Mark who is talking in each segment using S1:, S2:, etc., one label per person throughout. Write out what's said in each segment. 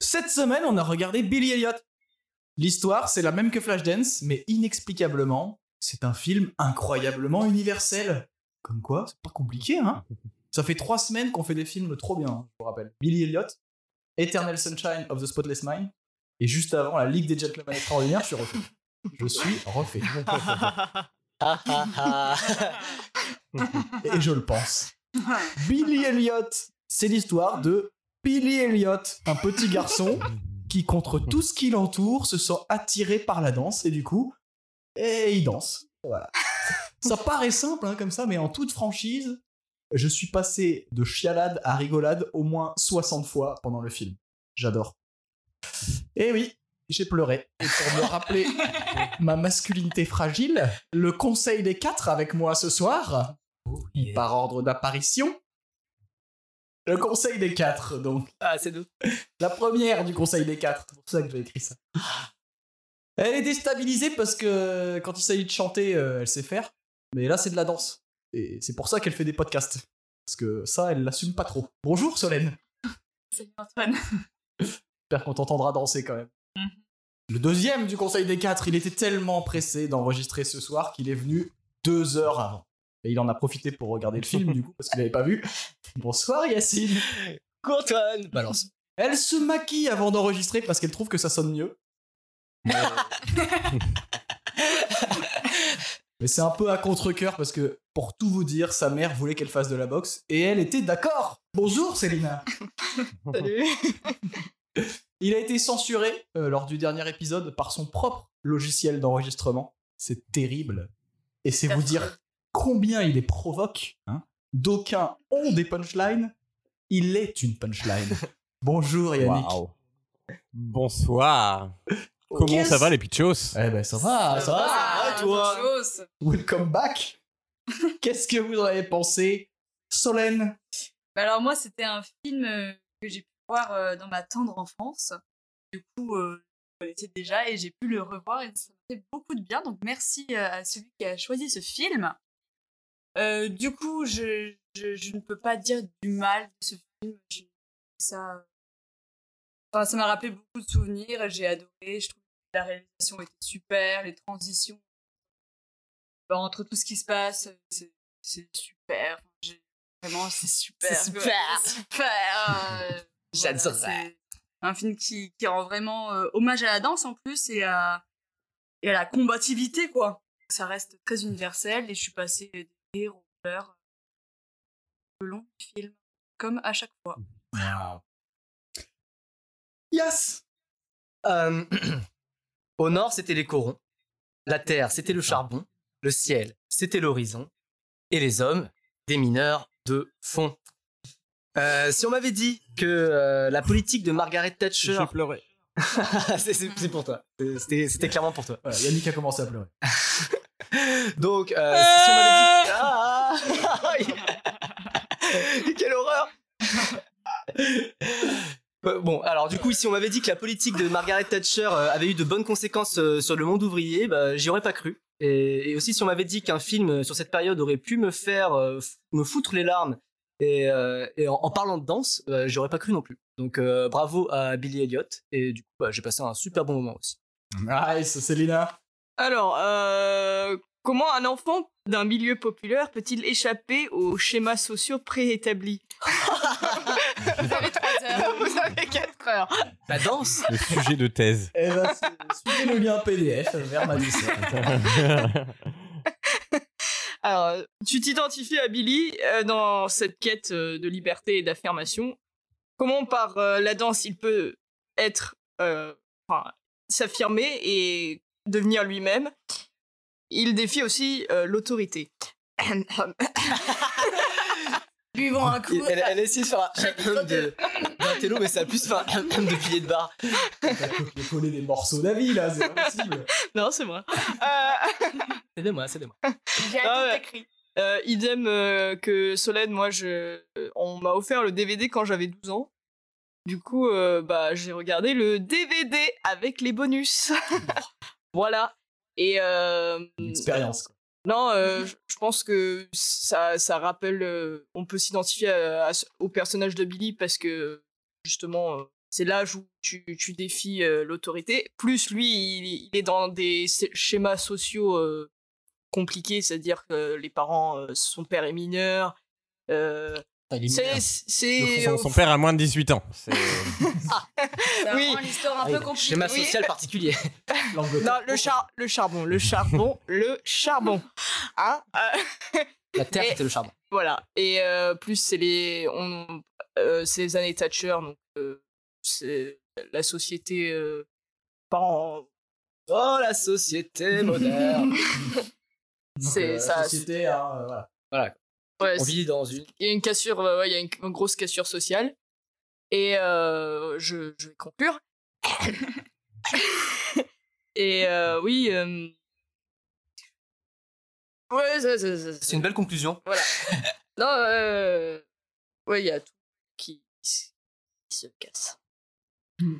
S1: cette semaine, on a regardé Billy Elliot. L'histoire, c'est la même que Flashdance, mais inexplicablement, c'est un film incroyablement universel. Comme quoi, c'est pas compliqué, hein Ça fait trois semaines qu'on fait des films trop bien, hein, je vous rappelle. Billy Elliot, Eternal Sunshine of the Spotless Mind, et juste avant, la Ligue des Gentlemen Extraordinaires, je suis refait. Je suis refait.
S2: Ah, ah, ah.
S1: Et je le pense. Billy Elliot, c'est l'histoire de Billy Elliot, un petit garçon qui, contre tout ce qui l'entoure, se sent attiré par la danse et du coup, et il danse. Voilà. Ça paraît simple hein, comme ça, mais en toute franchise, je suis passé de chialade à rigolade au moins 60 fois pendant le film. J'adore. Et oui, j'ai pleuré. Et pour me rappeler ma masculinité fragile, le conseil des quatre avec moi ce soir, par ordre d'apparition. Le conseil des quatre, donc.
S2: Ah, c'est nous.
S1: La première du conseil des quatre, c'est pour ça que j'ai écrit ça. Elle est déstabilisée parce que quand il s'agit de chanter, euh, elle sait faire. Mais là, c'est de la danse. Et c'est pour ça qu'elle fait des podcasts. Parce que ça, elle l'assume pas trop. Bonjour Solène.
S3: Salut Antoine.
S1: J'espère qu'on t'entendra danser quand même.
S3: Mhm.
S1: Le deuxième du Conseil des quatre, il était tellement pressé d'enregistrer ce soir qu'il est venu deux heures avant. Et il en a profité pour regarder le film, du coup, parce qu'il l'avait pas vu. Bonsoir Yacine.
S2: Antoine Balance.
S1: Elle se maquille avant d'enregistrer parce qu'elle trouve que ça sonne mieux. Mais, Mais c'est un peu à contre-coeur parce que, pour tout vous dire, sa mère voulait qu'elle fasse de la boxe et elle était d'accord. Bonjour Célina.
S3: Salut.
S1: Il a été censuré euh, lors du dernier épisode par son propre logiciel d'enregistrement. C'est terrible. Et c'est vous dire combien il est provoque. hein. D'aucuns ont des punchlines. Il est une punchline. Bonjour Yannick.
S4: Waouh. Bonsoir. Comment
S1: Qu'est-ce-
S4: ça va les pitchos
S1: Eh ben ça va, ça va, ça va, toi.
S3: bonne chose.
S1: Welcome back. Qu'est-ce que vous en avez pensé Solène
S3: Bah alors moi, c'était un film euh, que j'ai pu voir euh, dans ma tendre enfance. Du coup, euh, je le connaissais déjà et j'ai pu le revoir et ça m'a fait beaucoup de bien. Donc merci euh, à celui qui a choisi ce film. Euh, du coup, je, je, je ne peux pas dire du mal de ce film. Je- ça, enfin, ça m'a rappelé beaucoup de souvenirs. J'ai adoré. Je trouve que la réalisation était super, les transitions Bah, entre tout ce qui se passe, euh, c'est c'est super. Enfin, j'ai- Vraiment, c'est super.
S2: C'est super.
S3: quoi. C'est super. euh,
S2: J'adore
S3: voilà,
S2: ça.
S3: c'est Un film qui, qui rend vraiment euh, hommage à la danse en plus et à, et à la combativité, quoi. Ça reste très universel et je suis passée des rires aux pleurs euh, le long du film, comme à chaque fois.
S1: Yes
S2: Euh, Au nord, c'était les corons. La terre, c'était le charbon. Le ciel, c'était l'horizon. Et les hommes, des mineurs de fond. Euh, si on m'avait dit que euh, la politique de Margaret Thatcher,
S4: J'ai pleuré.
S2: c'est c'est- c'est pour toi. C'est- C'était c'était clairement pour toi.
S1: Voilà, Yannick a commencé à pleurer.
S2: Donc, euh, si on m'avait dit. Ah, Aïe. Ah Quelle horreur Euh, Bon, alors du coup, si on m'avait dit que la politique de Margaret Thatcher euh, avait eu de bonnes conséquences euh, sur le monde ouvrier, bah, j'y aurais pas cru. Et, et aussi, si on m'avait dit qu'un film euh, sur cette période aurait pu me faire euh, f- me foutre les larmes et, euh, et en, en parlant de danse, euh, j'y aurais pas cru non plus. Donc, euh, bravo à Billy Elliot. Et du coup, bah, j'ai passé un super bon moment aussi.
S1: Nice, Célina.
S5: Alors, euh, comment un enfant d'un milieu populaire peut-il échapper aux schémas sociaux préétablis
S3: Vous avez trois heures.
S5: Vous avez 4 heures.
S2: La danse
S4: Le sujet de thèse.
S1: Eh ben, su- suivez le lien PDF vers ma liste.
S5: Alors, euh, tu t'identifies à Billy euh, dans cette quête euh, de liberté et d'affirmation. Comment par euh, la danse il peut être, euh, enfin, s'affirmer et devenir lui-même. Il défie aussi euh, l'autorité.
S3: Buvons un coup.
S2: Elle, elle a essayé de faire un de d'un télo, mais ça a plus fait un de pilier de bar.
S1: T'as copié-collé des morceaux d'avis là, c'est pas possible.
S5: Non, c'est moi. Euh,
S2: C'est de moi, c'est de moi.
S3: J'ai
S5: Ah ouais.
S3: écrit.
S5: Euh, idem euh, que Solène, moi, je, euh, on m'a offert le DVD quand j'avais 12 ans. Du coup, euh, bah, j'ai regardé le DVD avec les bonus. voilà. Et euh,
S1: Une expérience. quoi.
S5: non, euh, je je pense que ça, ça rappelle. euh, on peut s'identifier à- à ce- au personnage de Billy parce que justement, euh, C'est l'âge où tu, tu défies euh, l'autorité. Plus lui, il, il est dans des sc- schémas sociaux euh, compliqués, c'est-à-dire que les parents, euh, son père est mineur. euh,
S2: Il
S5: c'est,
S4: Donc,
S5: c'est
S4: son, son père a moins de 18 ans. C'est- euh,
S3: C'est
S5: Oui.
S3: vraiment l'histoire un peu compliquée.
S2: Schéma
S5: Oui.
S2: social particulier.
S1: L'Angleterre.
S5: euh, Non, le, char, le charbon, le charbon, le charbon. Hein euh,
S2: La terre,
S5: Et-
S2: c'était le charbon.
S5: Voilà. Et euh, plus, c'est les, on, euh, c'est les années Thatcher, donc euh, c'est la société euh, pas en-
S2: Oh, la société moderne.
S1: Donc,
S5: c'est
S1: euh,
S5: ça,
S1: Société, hein, euh, voilà.
S5: ouais,
S2: On vit dans une.
S5: il y a une cassure, euh, ouais, il y a une, une grosse cassure sociale. Et euh, je, je vais conclure. Et euh, oui. euh, Ouais, ça- ça- ça-
S2: C'est une belle conclusion.
S5: Non, euh... ouais, il y a tout qui, s- qui se casse.
S2: Mmh.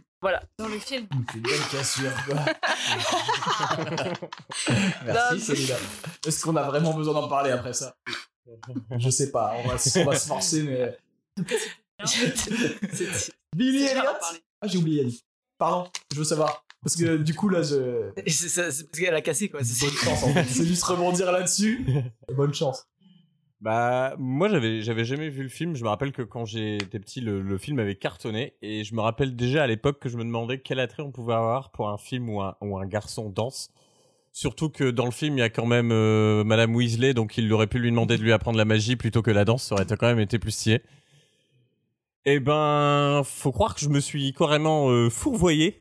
S3: Dans le film.
S1: Donc, C'est une belle cassure, quoi.
S5: Non,
S1: Merci, celui-là. Est-ce qu'on a vraiment besoin d'en parler après ça Je sais pas, on va, s- on va se forcer, mais. Billy
S3: C'est
S1: Elliot
S3: dur à parler.
S1: Ah, j'ai oublié Yannick. Pardon, je veux savoir. Parce que du coup, là, je.
S2: Et c'est ça- c'est parce qu'elle a cassé, quoi. C'est-
S1: Bonne chance, en fait. C'est juste rebondir là-dessus. Bonne chance.
S4: Bah, moi, j'avais, j'avais jamais vu le film. Je me rappelle que quand j'étais petit, le, le film avait cartonné. Et je me rappelle déjà à l'époque que je me demandais quel attrait on pouvait avoir pour un film où un, où un garçon danse. Surtout que dans le film, il y a quand même euh, Madame Weasley, donc il aurait pu lui demander de lui apprendre la magie plutôt que la danse. Ça aurait quand même été plus stylé. Eh ben, faut croire que je me suis carrément euh, fourvoyé.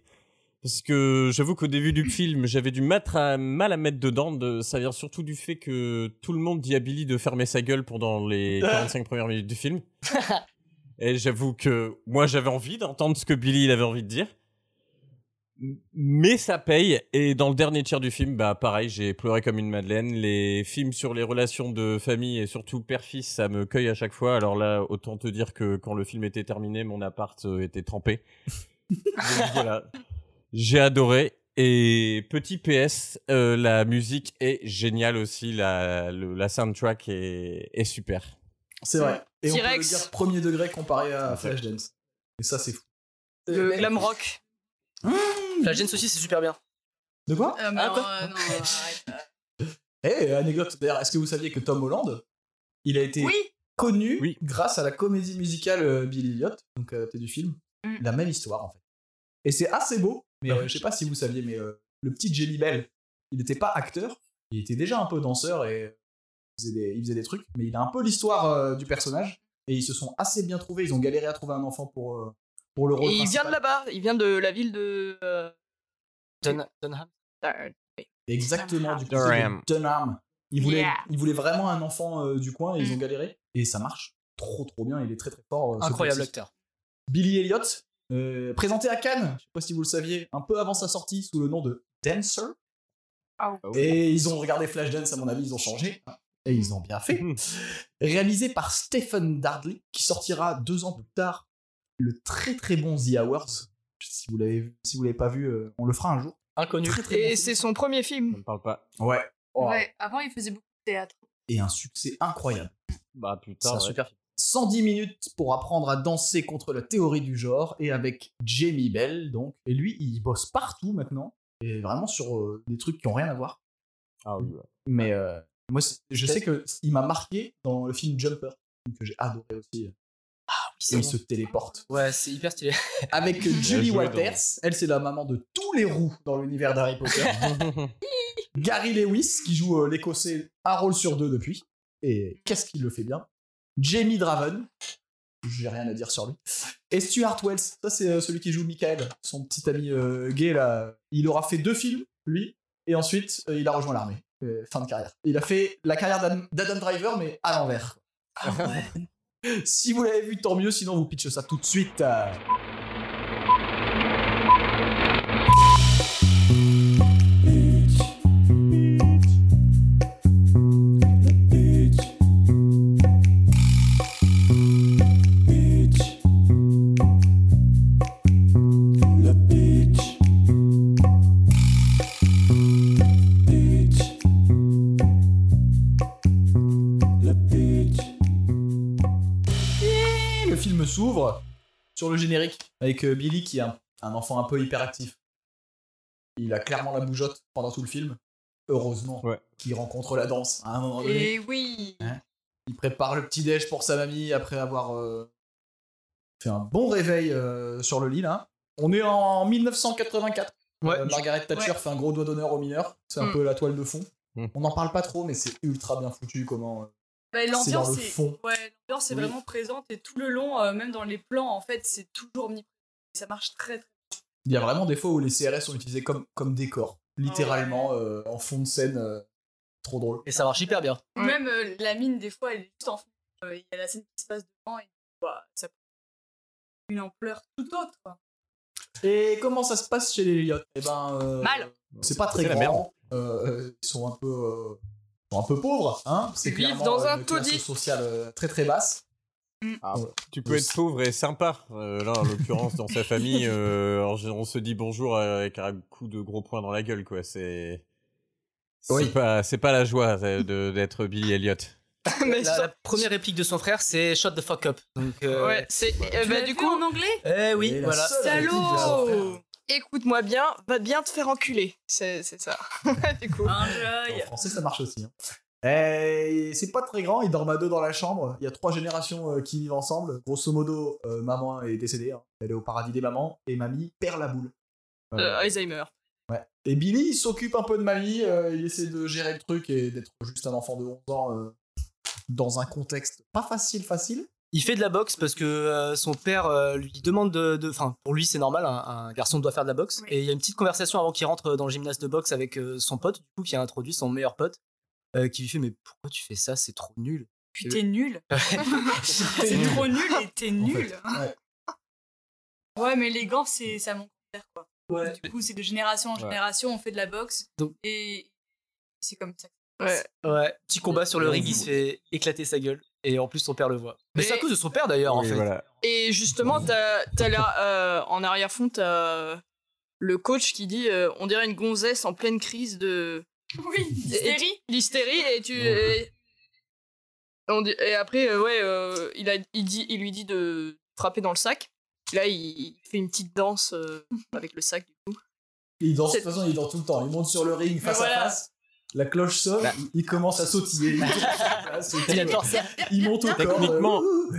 S4: Parce que j'avoue qu'au début du film, j'avais du matra- mal à mettre dedans. De, ça vient surtout du fait que tout le monde dit à Billy de fermer sa gueule pendant les 45 premières minutes du film. Et j'avoue que moi, j'avais envie d'entendre ce que Billy il avait envie de dire. M- Mais ça paye. Et dans le dernier tiers du film, bah pareil, j'ai pleuré comme une madeleine. Les films sur les relations de famille et surtout père-fils, ça me cueille à chaque fois. Alors là, autant te dire que quand le film était terminé, mon appart euh, était trempé. Donc voilà. J'ai adoré. Et petit PS, euh, la musique est géniale aussi. La, le- la soundtrack est, est super.
S1: C'est vrai. Et on peut le
S5: T-Rex.
S1: dire premier degré comparé à Flashdance. Et ça, c'est fou. Eh,
S5: Le glam rock.
S2: La gêne aussi, c'est super bien.
S1: De quoi
S3: Euh, mais
S2: Ah,
S3: non,
S2: quoi
S3: euh, non, arrête.
S1: Eh, anecdote, d'ailleurs, est-ce que vous saviez que Tom Holland, il a été
S3: Oui,
S1: connu
S4: Oui.
S1: grâce à la comédie musicale euh, Billy Elliot, donc adaptée du film,
S3: Mm.
S1: la même histoire en fait. Et c'est assez beau, mais euh, je sais pas si vous saviez, mais euh, le petit Jelly Bell, il n'était pas acteur, il était déjà un peu danseur et euh, il faisait des, il faisait des trucs, mais il a un peu l'histoire euh, du personnage et ils se sont assez bien trouvés, ils ont galéré à trouver un enfant pour, euh, pour le rôle.
S5: Et il vient
S1: principal.
S5: de là-bas. Il vient de la ville de. euh,
S2: Don, Donham.
S5: euh,
S1: Exactement,
S5: Dunham.
S1: du côté de
S4: Durham.
S1: Dunham. Ils voulaient,
S5: Yeah.
S1: ils voulaient vraiment un enfant euh, du coin et ils
S3: Mm.
S1: ont galéré. Et ça marche trop trop bien, il est très très fort. euh, ce
S2: Incroyable
S1: petit.
S2: acteur.
S1: Billy Elliot, euh, présenté à Cannes, je sais pas si vous le saviez, un peu avant sa sortie sous le nom de Dancer.
S3: Ah
S4: oui.
S1: Et ils ont regardé Flashdance, à mon avis, ils ont changé. hein, Et ils ont bien fait. Réalisé par Stephen Dardley, qui sortira deux ans plus tard le très très bon The Hours. Si vous l'avez vu- si vous l'avez pas vu, euh, on le fera un jour.
S2: Inconnu.
S1: Très, très
S5: Et
S1: bon
S5: c'est son premier
S4: Ça
S5: film.
S4: me parle pas.
S1: film. Ouais. Oh.
S3: ouais, avant il faisait beaucoup de théâtre.
S1: Et un succès incroyable.
S4: Bah
S2: C'est
S4: putain.
S2: un
S4: ouais.
S2: super film.
S1: 110 minutes pour apprendre à danser contre la théorie du genre et avec Jamie Bell donc et lui il bosse partout maintenant et vraiment sur euh, des trucs qui ont rien à voir
S4: Ah oui, ouais.
S1: mais euh, moi c'est- je sais que il m'a marqué dans le film Jumper que j'ai adoré aussi où il se téléporte
S2: Ouais, c'est hyper stylé.
S1: avec Julie
S4: joué,
S1: Walters elle c'est la maman de tous les roux dans l'univers d'Harry Potter Gary Lewis qui joue euh, l'écossais un rôle sur deux depuis et qu'est-ce qu'il le fait bien Jamie Draven j'ai rien à dire sur lui et Stuart Wells ça c'est euh, celui qui joue Michael son petit ami euh, gay là il aura fait deux films lui et ensuite euh, il a rejoint l'armée Euh, fin de carrière il a fait la carrière d'Adam- d'Adam Driver mais à l'envers si vous l'avez vu tant mieux sinon vous pitchez ça tout de suite euh, à- Le film s'ouvre sur le générique avec euh, Billy qui est un, un enfant un peu hyperactif. Il a clairement la bougeotte pendant tout le film. Heureusement
S4: Ouais.
S1: qu'il rencontre la danse à un moment donné.
S3: Et oui.
S1: Il prépare le petit déj pour sa mamie après avoir euh, fait un bon réveil euh, sur le lit là. On est en 1984.
S2: Ouais.
S1: Euh, Margaret Thatcher
S3: Ouais.
S1: fait un gros doigt d'honneur aux mineurs. C'est un
S5: Mm.
S1: peu la toile de fond.
S4: Mm.
S1: On n'en parle pas trop, mais c'est ultra bien foutu comment. euh,
S3: Bah,
S1: C'est dans
S3: l'ambiance
S1: le
S3: est-
S1: fond.
S3: ouais, l'ambiance est
S1: Oui.
S3: vraiment présente et tout le long, euh, même dans les plans, en fait, c'est toujours omniprésent. Ça marche très, très
S1: Il y a vraiment des fois où les CRS sont utilisés comme, comme décor. Littéralement, euh, en fond de scène. euh, trop drôle.
S2: Et ça marche hyper bien.
S5: Ouais.
S3: Même euh, la mine, des fois, elle est juste en fond. Euh, Il y a la scène qui se passe devant et bah, ça prend une ampleur tout autre. quoi.
S1: Et comment ça se passe chez les Elliott Eh ben, euh,
S5: Mal.
S1: C'est pas très
S4: C'est la
S1: grand.
S4: merde.
S1: Euh, euh, ils sont un peu, euh, ils sont un peu pauvres, hein. C'est
S5: Ils vivent
S1: clairement,
S5: dans
S1: euh,
S5: un
S1: une classe
S5: taudis.
S1: sociale euh, très très basse.
S4: Tu peux être pauvre et sympa. Euh, là, en l'occurrence, dans sa famille, euh, alors, je- on se dit bonjour avec un coup de gros poing dans la gueule, quoi. C'est. C'est
S1: Oui.
S4: pas, c'est pas la joie euh, de- d'être Billy Elliot.
S5: Mais
S2: La,
S5: ça-
S2: la première réplique de son frère, c'est Shut the fuck up. Donc, euh,
S5: Ouais, c'est. euh,
S3: Tu
S5: bah,
S3: l'as
S5: du
S3: vu
S5: coup,
S3: en anglais
S2: Eh oui,
S1: Et la
S2: voilà.
S1: seule
S5: Salaud
S1: réplique de son frère,
S5: écoute-moi bien, va bien te faire enculer. C'est c'est ça. du coup.
S3: Un
S1: En français, ça marche aussi. hein. Et c'est pas très grand, ils dorment à deux dans la chambre. Il y a trois générations euh, qui vivent ensemble. Grosso modo, euh, maman est décédée, hein. elle est au paradis des mamans, et mamie perd la boule. Euh,
S5: Euh, Alzheimer.
S1: Et Billy, il s'occupe un peu de mamie, euh, il essaie de gérer le truc et d'être juste un enfant de 11 ans euh, dans un contexte pas facile, facile.
S2: Il fait de la boxe parce que euh, son père euh, lui demande de. de- Enfin, pour lui, c'est normal, un, un garçon doit faire de la boxe.
S3: Oui.
S2: Et il y a une petite conversation avant qu'il rentre dans le gymnase de boxe avec euh, son pote, du coup, qui a introduit son meilleur pote, euh, qui lui fait Mais pourquoi tu fais ça C'est trop nul.
S3: Puis t'es nul.
S1: T'es
S3: c'est
S1: nul.
S3: trop nul et t'es
S1: En
S3: nul.
S1: fait. Ouais.
S3: Ouais, mais les gants, c'est ça mon père quoi.
S2: Ouais.
S3: Du coup, c'est de génération en
S4: Ouais.
S3: génération, on fait de la boxe
S2: Donc-
S3: et c'est comme ça.
S5: Ouais.
S2: Ouais, petit combat sur le ring, il se fait éclater sa gueule. Et en plus, son père le voit. Mais,
S5: Mais-
S2: c'est à cause de son père d'ailleurs, en
S4: Oui,
S2: fait.
S4: voilà.
S5: Et justement, t'as t'as là, euh, en arrière-fond, t'as le coach qui dit euh, on dirait une gonzesse en pleine crise de
S3: Oui, hystérie.
S5: l'hystérie et tu. Et, on dit- et après, euh, ouais, euh, il, a, il, dit, il lui dit de frapper dans le sac. Là, il, il fait une petite danse euh, avec le sac. Du coup.
S1: Il danse, de
S5: C'est-
S1: toute façon, il danse tout le temps. Il monte sur le ring face
S3: voilà.
S1: à face. La cloche sonne,
S4: Bah.
S1: il- il commence à sautiller. Il, tourne sur la place,
S2: Il
S1: il-
S2: adore ça.
S1: il monte au corps.
S4: Techniquement.
S1: euh, ouh.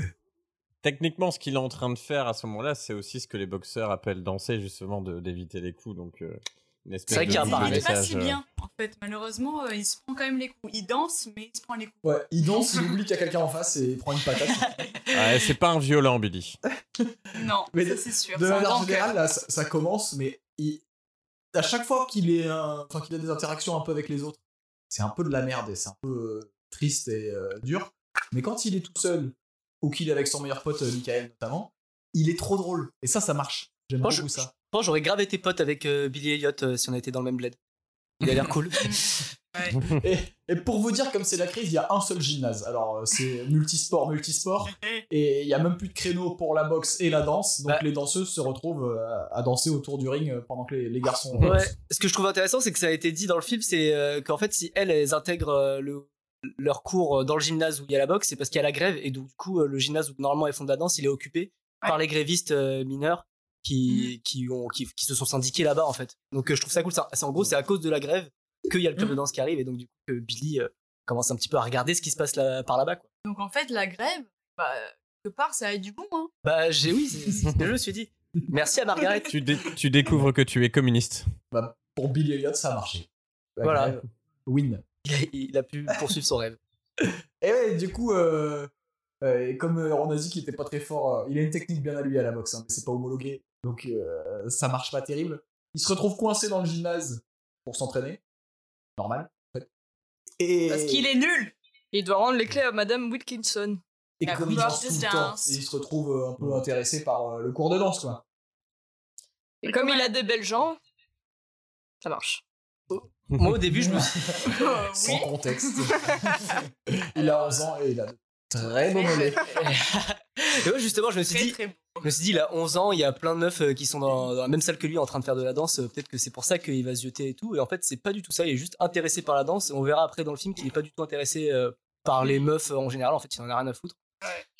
S4: Techniquement, ce qu'il est en train de faire à ce moment-là, c'est aussi ce que les boxeurs appellent danser, justement, de- d'éviter les coups. Donc, euh, une espèce
S2: C'est vrai
S4: de
S2: qu'il y a un
S4: double
S3: Il
S2: paramètre.
S3: est pas
S4: message,
S3: si
S4: euh,
S3: bien, en fait. Malheureusement, euh, il se prend quand même les coups. Il danse, mais il se prend les coups.
S1: Ouais, il danse, il oublie qu'il y a quelqu'un en face et il prend une patate.
S4: ouais, Ah, c'est pas un violent, Billy.
S3: Non,
S1: Mais
S3: ça c'est sûr.
S1: De
S3: C'est un
S1: manière
S3: grand
S1: générale, là, ça, ça commence, mais il- à chaque fois qu'il est, un- enfin qu'il a des interactions un peu avec les autres, c'est un peu de la merde et c'est un peu euh, triste et euh, dur. Mais quand il est tout seul ou qu'il est avec son meilleur pote euh, Michael notamment, il est trop drôle et ça, ça marche. J'aime
S2: Moi,
S1: beaucoup
S2: je-
S1: ça.
S2: Je pense que j'aurais grave été pote avec euh, Billy Elliott euh, si on était dans le même bled. Il a l'air cool.
S1: Et, et pour vous dire, comme c'est la crise, il y a un seul gymnase. Alors euh, c'est multisport, multisport, et il y a même plus de créneaux pour la boxe et la danse. Donc
S2: Bah.
S1: les danseuses se retrouvent euh, à- à danser autour du ring euh, pendant que les, les garçons.
S2: Ouais. Ce que je trouve intéressant, c'est que ça a été dit dans le film, c'est euh, qu'en fait, si elles, elles intègrent euh, le, leur cours euh, dans le gymnase où il y a la boxe, c'est parce qu'il y a la grève, et donc du coup, euh, le gymnase où normalement elles font de la danse, il est occupé
S3: Ouais.
S2: par les grévistes euh, mineurs qui, qui, ont, qui, qui se sont syndiqués là-bas, en fait. Donc euh, je trouve ça cool. Ça- c'est- en gros, c'est à cause de la grève qu'il y a le club de danse qui arrive, et donc du coup, que Billy euh, commence un petit peu à regarder ce qui se passe là, par là-bas. quoi.
S3: Donc en fait, la grève, bah, quelque part, ça a eu du bon. Hein.
S2: Bah, j'ai oui, c'est c'est ce que je me suis dit. Merci à Margaret.
S4: Tu, dé- tu découvres que tu es communiste.
S1: Bah, pour Billy Elliott, ça a marché. La
S2: Voilà.
S1: grève, Win.
S2: Il a, il a pu poursuivre son rêve.
S1: Et ouais, du coup, euh, euh, et comme euh, on a dit qu'il était pas très fort, euh, il a une technique bien à lui à la boxe, hein, mais c'est pas homologué, donc euh, ça marche pas terrible. Il se retrouve coincé dans le gymnase pour s'entraîner. Normal. en fait. Et,
S3: Parce qu'il est nul.
S5: Il doit rendre les clés à Madame Wilkinson.
S1: et
S3: La
S1: comme il danse tout le
S3: danse.
S1: temps, il se retrouve euh, un peu intéressé par euh, le cours de danse, quoi.
S5: Et comme il a des belles jambes, ça marche.
S2: Moi, au début, je me suis
S3: Euh,
S1: Sans
S3: oui.
S1: contexte. il a 11 ans et il a de très beaux mollets.
S2: Et ouais, justement, je me suis
S3: Très,
S2: dit,
S3: très bon.
S2: Je me suis dit, il a 11 ans, il y a plein de meufs euh, qui sont dans, dans la même salle que lui en train de faire de la danse. euh, Peut-être que c'est pour ça qu'il va zioter et tout. Et en fait, c'est pas du tout ça. Il est juste intéressé par la danse. Et on verra après dans le film qu'il est pas du tout intéressé euh, par les meufs euh, en général. En fait, il en a rien à foutre.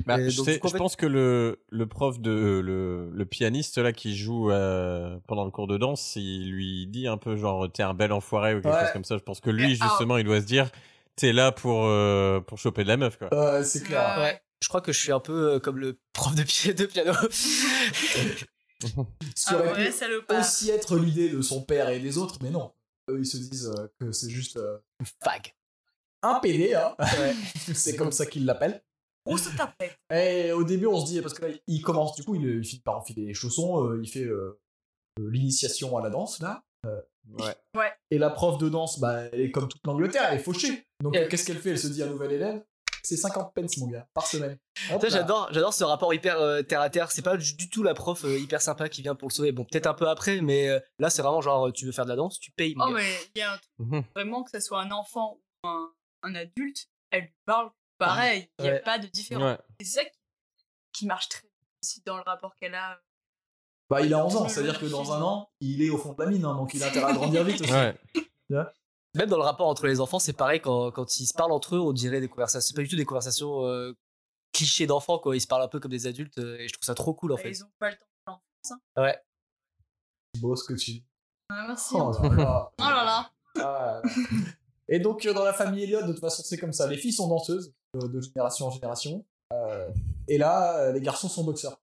S4: Bah,
S2: Et
S4: je,
S2: donc,
S4: sais-
S2: du coup, en
S4: je
S2: fait-
S4: pense que le, le prof de euh, le, le pianiste là qui joue euh, pendant le cours de danse, il lui dit un peu genre t'es un bel enfoiré ou quelque
S1: Ouais.
S4: chose comme ça. Je pense que
S3: Et-
S4: lui justement il doit se dire t'es là pour euh, pour choper de la meuf quoi.
S1: Euh, c'est
S3: Ah,
S1: clair.
S2: Ouais. Je crois que je suis un peu euh, comme le prof de, pi- de piano.
S1: Ça
S3: Ah
S1: aurait
S3: ouais,
S1: pu
S3: salopard.
S1: aussi être l'idée de son père et des autres, mais non. Eux, ils se disent euh, que c'est juste euh,
S2: Fag.
S1: un PD, hein. c'est comme ça qu'ils l'appellent.
S3: On se tapait.
S1: Et au début, on se dit, parce que là, il commence, du coup, il, il finit par enfiler les chaussons, euh, il fait euh, euh, l'initiation à la danse, là.
S4: Ouais.
S1: Et la prof de danse, bah, elle est comme toute l'Angleterre, elle est fauchée. Donc,
S2: Et-
S1: euh, qu'est-ce qu'elle fait Elle se dit à un nouvel élève, c'est 50 pence, mon gars, par semaine. Hop là.
S2: Ça, j'adore, j'adore ce rapport hyper euh, terre à terre. C'est pas du du tout la prof euh, hyper sympa qui vient pour le sauver. Bon, peut-être un peu après, mais euh, là, c'est vraiment genre, euh, tu veux faire de la danse, tu payes. mon
S3: Oh,
S2: gars.
S3: mais il y a un truc,
S4: Mhm.
S3: vraiment que ce soit un enfant ou un, un adulte, elle lui parle pareil. Il n'y a
S2: Ouais.
S3: pas de différence.
S4: Ouais.
S3: Et C'est ça qui, qui marche très bien aussi dans le rapport qu'elle a.
S1: Bah, il a 11 ans, c'est-à-dire que dans un an, il est au fond de la mine, hein, donc il a intérêt à grandir vite aussi.
S4: Ouais.
S2: Même dans le rapport entre les enfants, c'est pareil quand, quand ils se parlent entre eux, on dirait des conversations. C'est pas du tout des conversations euh, clichés d'enfants, quoi. Ils se parlent un peu comme des adultes euh, et je trouve ça trop cool en fait.
S3: Bah, Ils n'ont pas le temps de l'enfance. hein.
S1: Beau ce que tu dis.
S3: Ah, merci.
S1: Oh
S3: hein.
S1: là là.
S3: Oh là là.
S1: Ah. Et donc, euh, dans la famille Elliot, de toute façon, c'est comme ça. Les filles sont danseuses, euh, de génération en génération. Euh, et là, euh, les garçons sont boxeurs.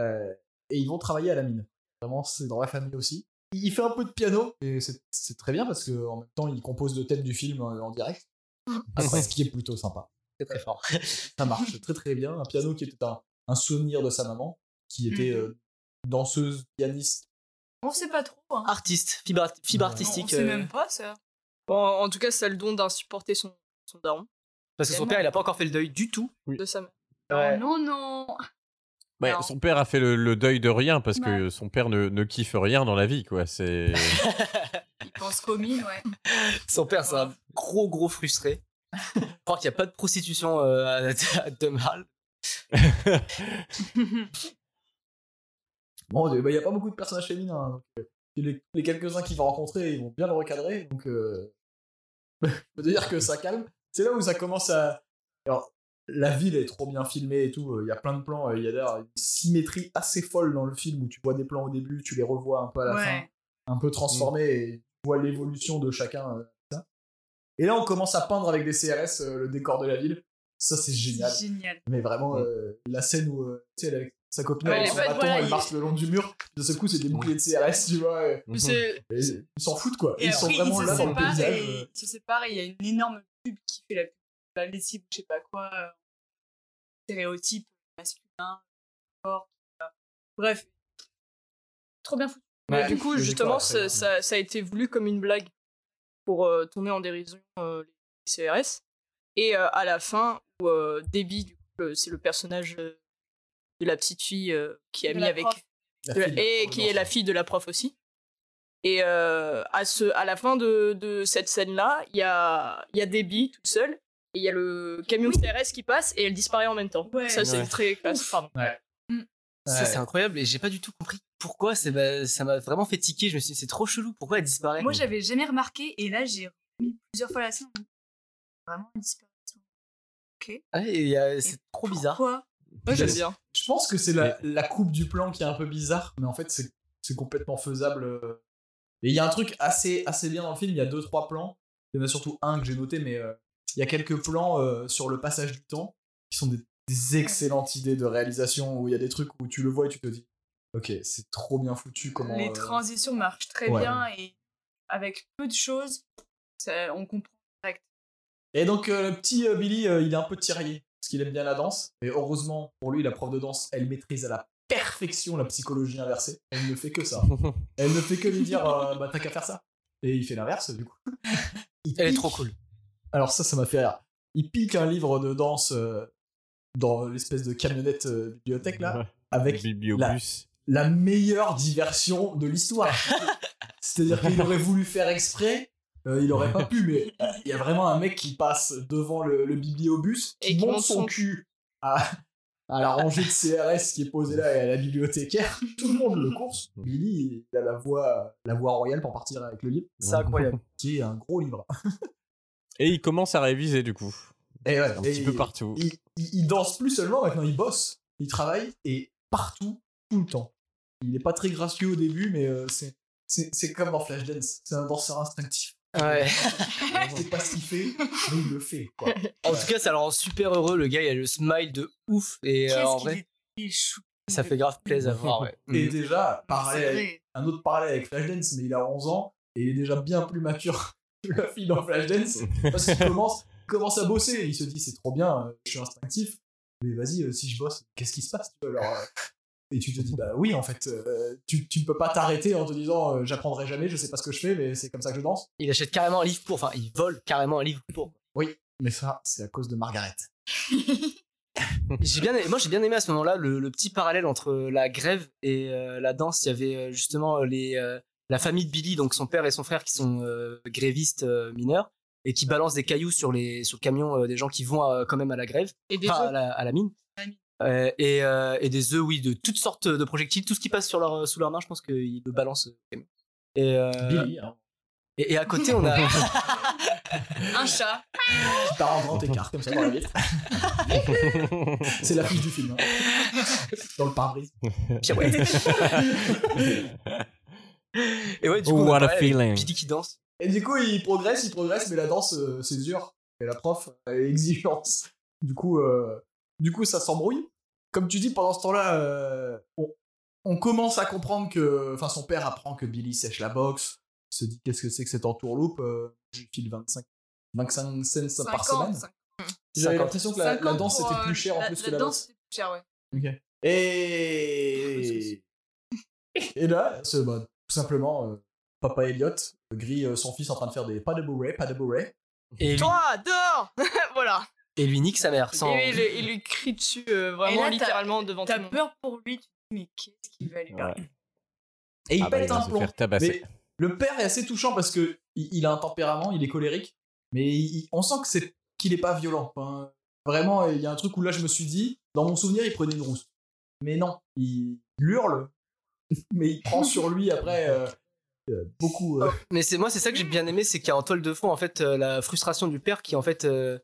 S1: Euh, et ils vont travailler à la mine. Vraiment, c'est dans la famille aussi. Il il fait un peu de piano, et c'est c'est très bien parce qu'en même temps, il compose le thème du film euh, en direct. Ce qui est plutôt sympa.
S2: C'est très fort.
S1: Ça marche très très bien. Un piano qui était un, un souvenir de sa maman, qui était
S2: Mm-hmm.
S3: Mhm.
S1: euh, danseuse, pianiste.
S3: On sait pas trop.
S5: Ah,
S3: Hein.
S2: Artiste, fibre, art- fibre
S1: Ouais.
S3: On
S2: artistique.
S3: sait
S2: euh,
S3: même pas ça.
S5: Bon, en tout cas, ça le donne d'insupporter son, son daron
S2: parce que son
S5: Tellement.
S2: père, il a pas encore fait le deuil du tout.
S5: de sa mère.
S3: Oh, non, non.
S4: Ouais,
S3: Non.
S4: son père a fait le, le deuil de rien parce que
S3: Ouais.
S4: son père ne, ne kiffe rien dans la vie quoi. C'est
S3: Il pense qu'aux mines, ouais.
S2: Son père, c'est un gros, gros frustré. Je crois qu'il n'y a pas de prostitution euh, à, à Dunhall.
S1: Bon, il n'y a pas beaucoup de personnages féminins. hein, donc, euh, les les quelques-uns qu'il va rencontrer, ils vont bien le recadrer. Donc, euh, je veux dire que ça calme. C'est là où ça commence à. Alors, la ville est trop bien filmée et tout. euh, Il y a plein de plans. euh, Il y a d'ailleurs une symétrie assez folle dans le film où tu vois des plans au début, tu les revois un peu à la fin
S3: ouais.
S1: un peu transformé et tu vois l'évolution de chacun. euh, ça. Et là, on commence à peindre avec des CRS euh, le décor de la ville. Ça, c'est génial.
S3: C'est génial.
S1: Mais vraiment, euh, la scène où euh, tu sais, elle est avec sa copine
S5: Ouais,
S1: avec
S5: les
S1: son
S5: bad-
S1: bâton,
S3: voilà,
S1: elle
S3: il-
S1: marche le long du mur. De ce coup, c'est des boucliers de CRS, tu vois. et-
S3: Mhm.
S4: Mhm.
S5: C'est-
S1: et ils s'en foutent, quoi.
S3: Et
S1: ils sont
S3: après,
S1: vraiment
S3: ils
S1: là
S3: se
S1: dans le
S3: séparent
S1: paysage.
S3: et
S1: euh.
S3: ils se séparent et il y a une énorme pub qui fait la pub. La lessive, je sais pas quoi. euh, stéréotype masculin, fort. euh, bref. Trop bien foutu.
S5: Mais
S1: Ouais,
S5: du coup,
S1: le
S5: justement,
S1: décor est très
S5: ça, ça- ça a été voulu comme une blague pour euh, tourner en dérision euh, les CRS. Et euh, à la fin, où euh, Debbie, du coup, le- c'est le personnage euh, de la petite fille euh, qui a
S3: De
S5: mis
S3: la
S5: avec.
S3: prof.
S1: La
S5: de la-
S1: fille,
S5: et qui est la fille de la prof aussi. Et euh, à, ce, à la fin de, de cette scène-là, il y a, il y a Debbie toute seule, et il y a le camion CRS qui passe, et elle disparaît en même temps.
S3: Ouais.
S5: Ça, c'est
S4: Ouais.
S5: très classe. Pardon.
S2: Ça,
S1: Ouais.
S2: c'est incroyable et j'ai pas du tout compris pourquoi. c'est- bah, ça m'a vraiment fait tiquer. Je me suis dit, c'est trop chelou. Pourquoi elle disparaît
S3: Moi, j'avais jamais remarqué et là, j'ai remis plusieurs fois la scène. Vraiment une disparition.
S2: Ouais, et il y a- C'est trop bizarre.
S3: Pourquoi
S5: Moi, j'aime
S1: Yes.
S5: bien.
S1: Je pense que c'est la, la coupe du plan qui est un peu bizarre, mais en fait, c'est c'est complètement faisable. euh. Et il y a un truc assez, assez bien dans le film, il y a deux, trois plans. Il y en a surtout un que j'ai noté, mais euh, il y a quelques plans euh, sur le passage du temps qui sont des, des excellentes idées de réalisation où il y a des trucs où tu le vois et tu te dis Ok, c'est trop bien foutu. Comment,
S3: Les
S1: euh,
S3: transitions marchent très
S1: ouais.
S3: bien et avec peu de choses, ça- on comprend direct.
S1: Et donc, euh, le petit euh, Billy, euh, il est un peu tiraillé parce qu'il aime bien la danse. Et heureusement, pour lui, la prof de danse, elle maîtrise à la perfection la psychologie inversée. Elle ne fait que ça. Elle ne fait que lui dire euh, bah t'as qu'à faire ça. Et il fait l'inverse du coup. Il
S2: Elle est
S1: pique-
S2: trop cool.
S1: Alors ça, ça m'a fait rire. Il pique un livre de danse euh, dans l'espèce de camionnette euh, bibliothèque là,
S4: Ouais.
S1: avec
S4: Bibliobus.
S1: la meilleure diversion de l'histoire. C'est-à-dire qu'il aurait voulu faire exprès, euh, il aurait pas pu, mais euh, il y a vraiment un mec qui passe devant le, le bibliobus, qui,
S5: Et qui
S1: monte
S5: monte
S1: son,
S5: son-
S1: cul à, à la rangée de CRS qui est posée là et à la bibliothécaire. Tout le monde le course. Billy, il a la voix, la voix royale pour partir avec le livre,
S2: C'est incroyable.
S1: qui est un gros livre.
S4: Et il commence à réviser du coup.
S1: Et ouais,
S4: un
S1: et
S4: petit peu
S1: il-
S4: partout.
S1: il, il- il danse plus seulement, maintenant il bosse. Il travaille et partout, tout le temps. Il n'est pas très gracieux au début, mais euh, c'est- c'est c'est comme dans Flashdance. C'est un danseur instinctif.
S2: Ouais.
S1: On sait pas ce qu'il fait, mais il le fait. Quoi.
S2: En tout cas, ça le rend super heureux. Le gars, il a le smile de ouf. Et euh, en
S3: Qu'est-ce
S2: vrai,
S3: qu'il est chou.
S2: ça fait grave plaisir à voir. Ouais.
S1: Et
S2: Mm.
S1: déjà,
S3: C'est
S1: parallèle,
S3: vrai.
S1: un autre parallèle avec Flashdance, mais il a 11 ans et il est déjà bien plus mature que la fille dans Flashdance. Parce qu'il commence, il commence à bosser. Il se dit, c'est trop bien, euh, je suis instinctif, mais vas-y, euh, si je bosse, qu'est-ce qui se passe tu vois, alors, euh, Et tu te dis, bah oui, en fait, euh, tu, tu ne peux pas t'arrêter en te disant, euh, j'apprendrai jamais, je sais pas ce que je fais, mais c'est comme ça que je danse.
S2: Il achète carrément un livre pour. Enfin, il vole carrément un livre pour.
S1: Mais ça, c'est à cause de Margaret.
S2: J'ai bien, aimé- moi j'ai bien aimé à ce moment-là le, le petit parallèle entre euh, la grève et euh, la danse. Il y avait euh, justement les, euh, la famille de Billy, donc son père et son frère qui sont euh, grévistes euh, mineurs et qui balancent des cailloux sur, les, sur le camion euh, des gens qui vont euh, quand même à la grève,
S5: Et des
S2: enfin,
S5: œufs.
S2: à, la, à la mine.
S3: La mine.
S2: Euh, et, euh, et des œufs, oui, de toutes sortes de projectiles, tout ce qui passe sur leur, sous leur main, je pense qu'ils le balancent. au camion. Et, euh,
S1: Billy, hein,
S2: et, et à côté, on a.
S3: Un chat.
S1: qui part en grand écart, comme ça, dans la ville. C'est l'affiche du film. hein. Dans le pare-brise.
S2: Pirouette. et ouais, du coup,
S4: Oh,
S2: on a
S4: what a
S2: parlé avec
S4: feeling.
S2: Billy qui danse.
S1: Et du coup, il progresse, il progresse, mais la danse, euh, c'est dur. Et la prof, elle est exigeante. Du coup, euh, du coup ça s'embrouille. Comme tu dis, pendant ce temps-là, euh, on, on commence à comprendre que. Enfin, son père apprend que Billy sèche la boxe. Il se dit qu'est-ce que c'est que cette entourloupe euh, Je lui file 25, 25 cents
S3: Cinq
S1: par
S3: ans,
S1: semaine.
S3: cinq-
S1: J'avais
S2: 50.
S1: l'impression que la,
S3: cinq
S1: la
S3: ans
S1: danse
S3: pour,
S1: était
S3: euh,
S1: plus chère en plus que la
S3: danse.
S1: boxe.
S3: était plus chère, ouais.
S1: Et. Et là, c'est bah, tout simplement euh, Papa Elliot grille euh, son fils en train de faire des pas de bourrée, pas de bourrée.
S2: Et lui,
S5: Toi, dehors Voilà.
S2: et lui nique sa mère. Sans...
S5: Et il, il lui crie dessus
S3: Et là,
S5: euh, vraiment
S3: t'as-
S5: littéralement devant tout
S3: T'as
S5: le monde.
S3: peur pour lui, tu te dis, mais qu'est-ce qu'il va lui
S4: Ouais.
S3: faire
S1: Et il
S4: Ah bah,
S1: pète
S4: va
S1: un
S4: se
S1: plomb.
S4: faire tabasser.
S1: Mais le père est assez touchant parce que il, il a un tempérament, il est colérique, mais il- on sent que c'est qu'il est pas violent. Enfin, vraiment, il y a un truc où là je me suis dit, dans mon souvenir, il prenait une rousse. Mais non, il, il hurle, mais il prend sur lui après euh, euh, beaucoup. euh,
S2: Mais c'est moi, c'est ça que j'ai bien aimé, c'est qu'il y a en toile de fond en fait euh, la frustration du père qui en fait euh,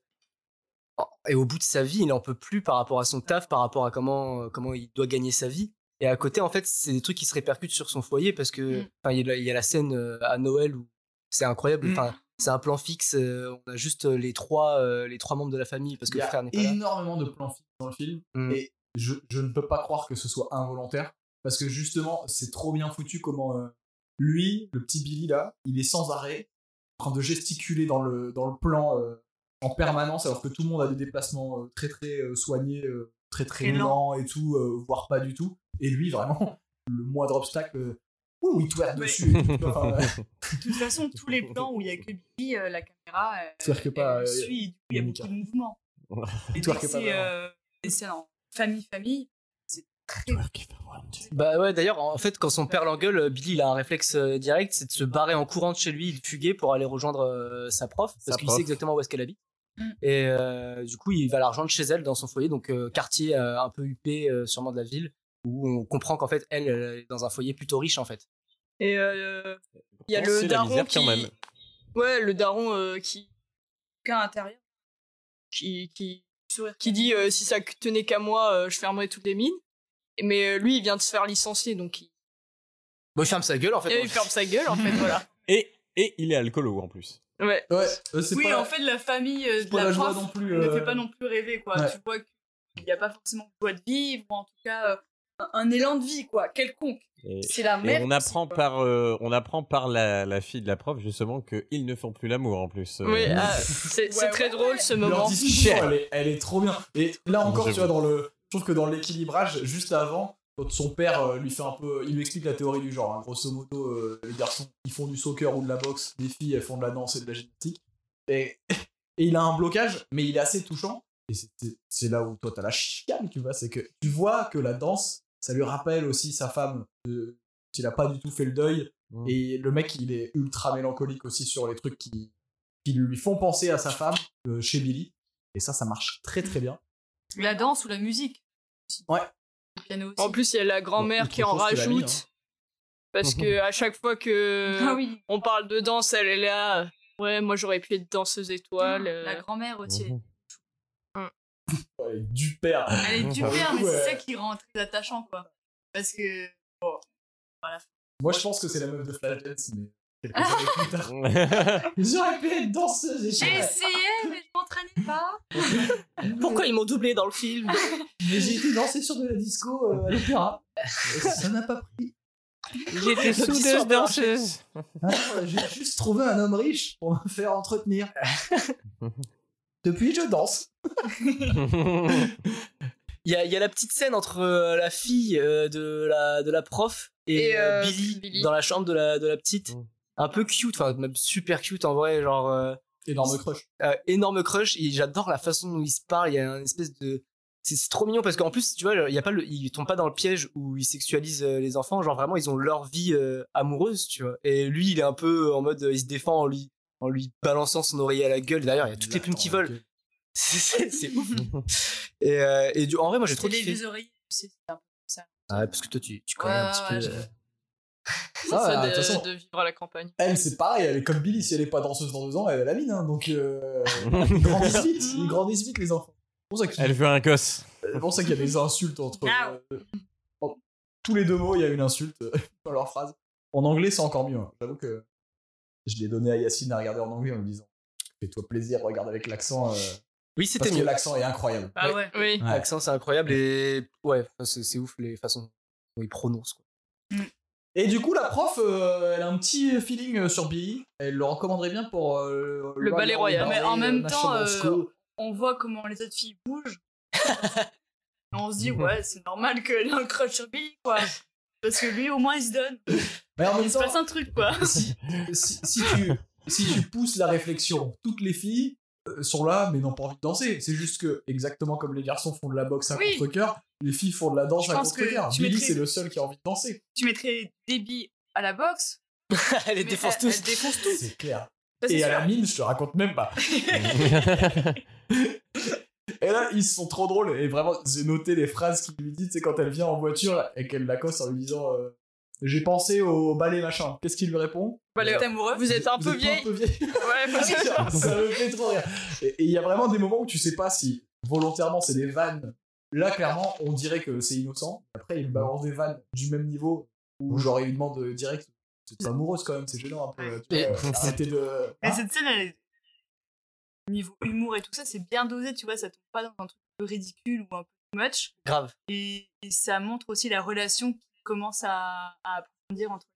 S2: est au bout de sa vie, il en peut plus par rapport à son taf, par rapport à comment euh, comment il doit gagner sa vie. Et à côté, en fait, c'est des trucs qui se répercutent sur son foyer parce que
S5: Mm.
S2: enfin, il, y a la- il y a la scène euh, à Noël où c'est incroyable.
S1: Mm.
S2: Enfin, c'est un plan fixe. euh, on a juste euh, les trois euh, les trois membres de la famille parce que
S1: il y
S2: le
S1: a
S2: frère n'est pas là.
S1: énormément de plans fixes dans le film.
S2: Mm.
S1: Et je, je ne peux pas croire que ce soit involontaire parce que justement, c'est trop bien foutu comment euh, lui, le petit Billy là, il est sans arrêt en train de gesticuler dans le, dans le plan euh, en permanence alors que tout le monde a des déplacements euh, très très euh, soignés, euh, très très
S3: Très
S1: lents et tout, euh, voire pas du tout. Et lui, vraiment, le moindre obstacle, euh, ouh, il tourne
S3: Ouais.
S1: dessus. et tout, tu vois, enfin, euh,
S3: De toute façon, tous les plans où il y a que Billy, euh, la caméra, euh,
S1: Twerk pas,
S3: elle
S1: euh,
S3: suit, et du coup, il y a
S1: Monica.
S3: beaucoup de mouvements. Et dès
S1: Twerk
S3: que
S1: pas,
S3: c'est euh, des scènes en famille-famille, c'est très
S2: Bah ouais, d'ailleurs, en fait, quand son père l'engueule, euh, Billy, il a un réflexe euh, direct, c'est de se barrer en courant de chez lui, de fuguer pour aller rejoindre euh, sa prof, parce
S4: Sa
S2: qu'il
S4: prof.
S2: sait exactement où est-ce qu'elle habite.
S3: Mm.
S2: Et euh, du coup, il va la rejoindre chez elle, dans son foyer, donc euh, quartier euh, un peu huppé, euh, sûrement de la ville, où on comprend qu'en fait, elle, elle est dans un foyer plutôt riche, en fait.
S5: Et euh, il y a
S4: Oh,
S5: le
S4: c'est la
S5: daron
S4: misère
S5: qui...
S4: quand même.
S5: Ouais, le daron euh, qui,
S3: qu'à l'intérieur.
S5: qui, qui, qui dit euh, si ça tenait qu'à moi, euh, je fermerais toutes les mines. Mais euh, lui, il vient de se faire licencier, donc il,
S2: Bon, il ferme sa gueule, en fait.
S5: et il ferme sa gueule, en fait, voilà.
S4: Et, et il est alcoolo en plus.
S5: Ouais.
S1: Ouais, euh, c'est
S3: Oui,
S1: pas,
S3: en fait, la famille euh, de
S1: pas
S3: la,
S1: la joie
S3: prof
S1: non plus.
S3: ne
S1: euh,
S3: fait pas non plus rêver, quoi.
S1: ouais.
S3: Tu vois qu'il n'y a pas forcément de joie de vivre, ou en tout cas, euh, un, un élan de vie, quoi, quelconque.
S4: Et,
S3: C'est la
S4: et
S3: merde.
S4: on apprend
S3: c'est-
S4: par, euh, on apprend par la, la fille de la prof justement qu'ils ne font plus l'amour en plus. euh.
S5: Oui, ah, c'est c'est
S3: Ouais,
S5: très
S3: ouais,
S5: drôle ce
S1: Leur
S5: moment.
S1: discussion, elle est, elle est trop bien. Et là encore, tu
S4: J'avoue.
S1: vois, dans le, je trouve que dans l'équilibrage, juste avant, quand son père euh, lui fait un peu, il lui explique la théorie du genre. hein. grosso modo, euh, les garçons, ils font du soccer ou de la boxe, les filles, elles font de la danse et de la gymnastique. Et, et il a un blocage, mais il est assez touchant. Et c'est- c'est- c'est là où toi, t'as la chicane, tu vois. C'est que tu vois que la danse, ça lui rappelle aussi sa femme. De, il a pas du tout fait le deuil
S4: Mm.
S1: et le mec, il est ultra mélancolique aussi sur les trucs qui, qui lui font penser à sa femme euh, chez Billy. Et ça, ça marche très très bien.
S3: La danse ou la musique.
S1: Ouais.
S3: Le piano aussi.
S5: En plus, il y a la grand-mère
S1: Autre
S5: qui en
S1: chose que la
S5: rajoute.
S1: mine,
S5: Parce que à chaque fois que
S3: Ah oui.
S5: on parle de danse, elle est là. euh, Ouais, moi j'aurais pu être danseuse étoile. euh.
S3: La grand-mère aussi.
S4: Mhm.
S1: Ouais, du père.
S3: Elle est du
S2: Ah
S3: père, mais
S1: Ouais.
S3: c'est ça qui rend très attachant, quoi. Parce que. bon, voilà.
S1: Moi, je pense que c'est la meuf de Flashdance, mais quelques années plus tard. J'aurais pu être danseuse et
S3: J'ai
S1: j'ai-
S3: essayé, mais je m'entraînais pas.
S2: Pourquoi ils m'ont doublé dans le film
S1: mais j'ai été dansée sur de la disco euh, à l'opéra. Ça n'a pas pris.
S4: J'étais
S2: soudeuse
S4: danseuse.
S1: Alors, Ah J'ai juste trouvé un homme riche pour me faire entretenir. Depuis, je danse.
S2: Il y a, il y a la petite scène entre euh, la fille euh, de, la, de la prof et,
S5: Et,
S2: euh,
S5: euh,
S2: Billy,
S5: Billy.
S2: dans la chambre de la, de la petite.
S4: Mm.
S2: Un peu cute, enfin même super cute en vrai, genre euh,
S1: Énorme crush.
S2: euh, énorme crush. Et j'adore la façon dont ils se parlent. Il y a une espèce de c'est c'est trop mignon parce qu'en plus tu vois il y a pas le, ils tombent pas dans le piège où ils sexualisent euh, les enfants genre vraiment ils ont leur vie euh, amoureuse tu vois et lui il est un peu en mode euh, il se défend en lui en lui balançant son oreiller à la gueule d'ailleurs il y a toutes les plumes qui volent c'est c'est- c'est ouf et, euh, et du, en vrai moi j'ai trop
S3: J'ai les
S2: kiffé
S3: vieux oreillers, tu sais, c'est un peu ça.
S2: Ah ouais, parce que toi, tu, tu connais
S3: Ouais,
S2: un petit
S3: ouais,
S2: peu.
S3: je-
S2: euh,
S1: Ah,
S5: ça,
S1: de toute façon.
S5: de, de vivre à la campagne.
S1: Elle, c'est pareil, elle est comme Billy, si elle est pas danseuse dans deux ans, elle a la mine, hein, donc euh, ils grandissent vite, ils grandissent vite les enfants. C'est pour ça qu'il
S4: Elle veut un gosse.
S1: c'est pour ça qu'il y a des insultes entre...
S5: Ah
S1: euh, en- tous les deux mots, il y a une insulte euh, dans leur phrase. En anglais, c'est encore mieux. hein. J'avoue que je l'ai donné à Yacine à regarder en anglais en lui disant « Fais-toi plaisir, regarde avec l'accent, euh,
S2: Oui, c'était
S1: parce que
S2: mieux.
S1: l'accent est incroyable.
S3: Ah ouais.
S5: Oui.
S1: Ouais.
S2: L'accent, c'est incroyable et ouais, c'est c'est ouf les façons dont ils prononcent. Quoi. »
S1: Et du coup, la prof, euh, elle a un petit feeling euh, sur Billy, elle le recommanderait bien pour... euh,
S5: Le ballet royal.
S1: Ballet,
S3: Mais en même
S1: euh,
S3: temps,
S1: National
S3: euh,
S1: School.
S3: On voit comment les autres filles bougent. Et on se dit,
S2: Mhm.
S3: ouais, c'est normal qu'elle ait un crush sur Billy, quoi. Parce que lui, au moins, il se donne.
S1: Mais en même
S3: Il se
S1: temps,
S3: passe un truc, quoi.
S1: si, si, si tu, si tu pousses la réflexion, toutes les filles euh, sont là, mais n'ont pas envie de danser. C'est juste que, exactement comme les garçons font de la boxe à
S3: Oui.
S1: contre-coeur, les filles font de la danse
S3: Je
S1: à
S3: pense que
S1: contre-coeur.
S3: tu
S1: Billy,
S3: maîtrises-
S1: c'est le seul qui a envie de danser.
S3: Tu mettrais Debbie à la boxe.
S2: Elle les
S3: mais
S2: défonce
S3: elle-
S2: tous.
S3: elle défonce tous.
S1: C'est clair.
S3: Ça, c'est
S1: Et à
S3: sûr.
S1: la mine, je te raconte même pas. Et là, ils sont trop drôles. Et vraiment, j'ai noté les phrases qu'il lui dit, c'est quand elle vient en voiture et qu'elle l'accoste en lui disant euh, J'ai pensé au ballet machin. Qu'est-ce qu'il lui répond
S5: Bah, les-
S3: T'es amoureux
S5: vous êtes un peu
S1: pas
S5: vieille.
S1: Un peu vieille.
S5: Ouais, parce que-
S1: ça ça me fait trop rire. Et et il y a vraiment des moments où tu sais pas si volontairement c'est des vannes. Là, clairement, on dirait que c'est innocent. Après, il me balance des vannes du même niveau où genre il lui demande euh, direct. C'est amoureuse quand même, c'est gênant un peu. tu
S2: Et-
S1: vois, euh, C'était de.
S3: Mais
S1: Hein
S3: cette scène, elle est... Niveau humour et tout ça, c'est bien dosé, tu vois, ça tombe pas dans un truc un peu ridicule ou un peu much.
S2: Grave.
S3: Et, et ça montre aussi la relation qui commence à, à approfondir entre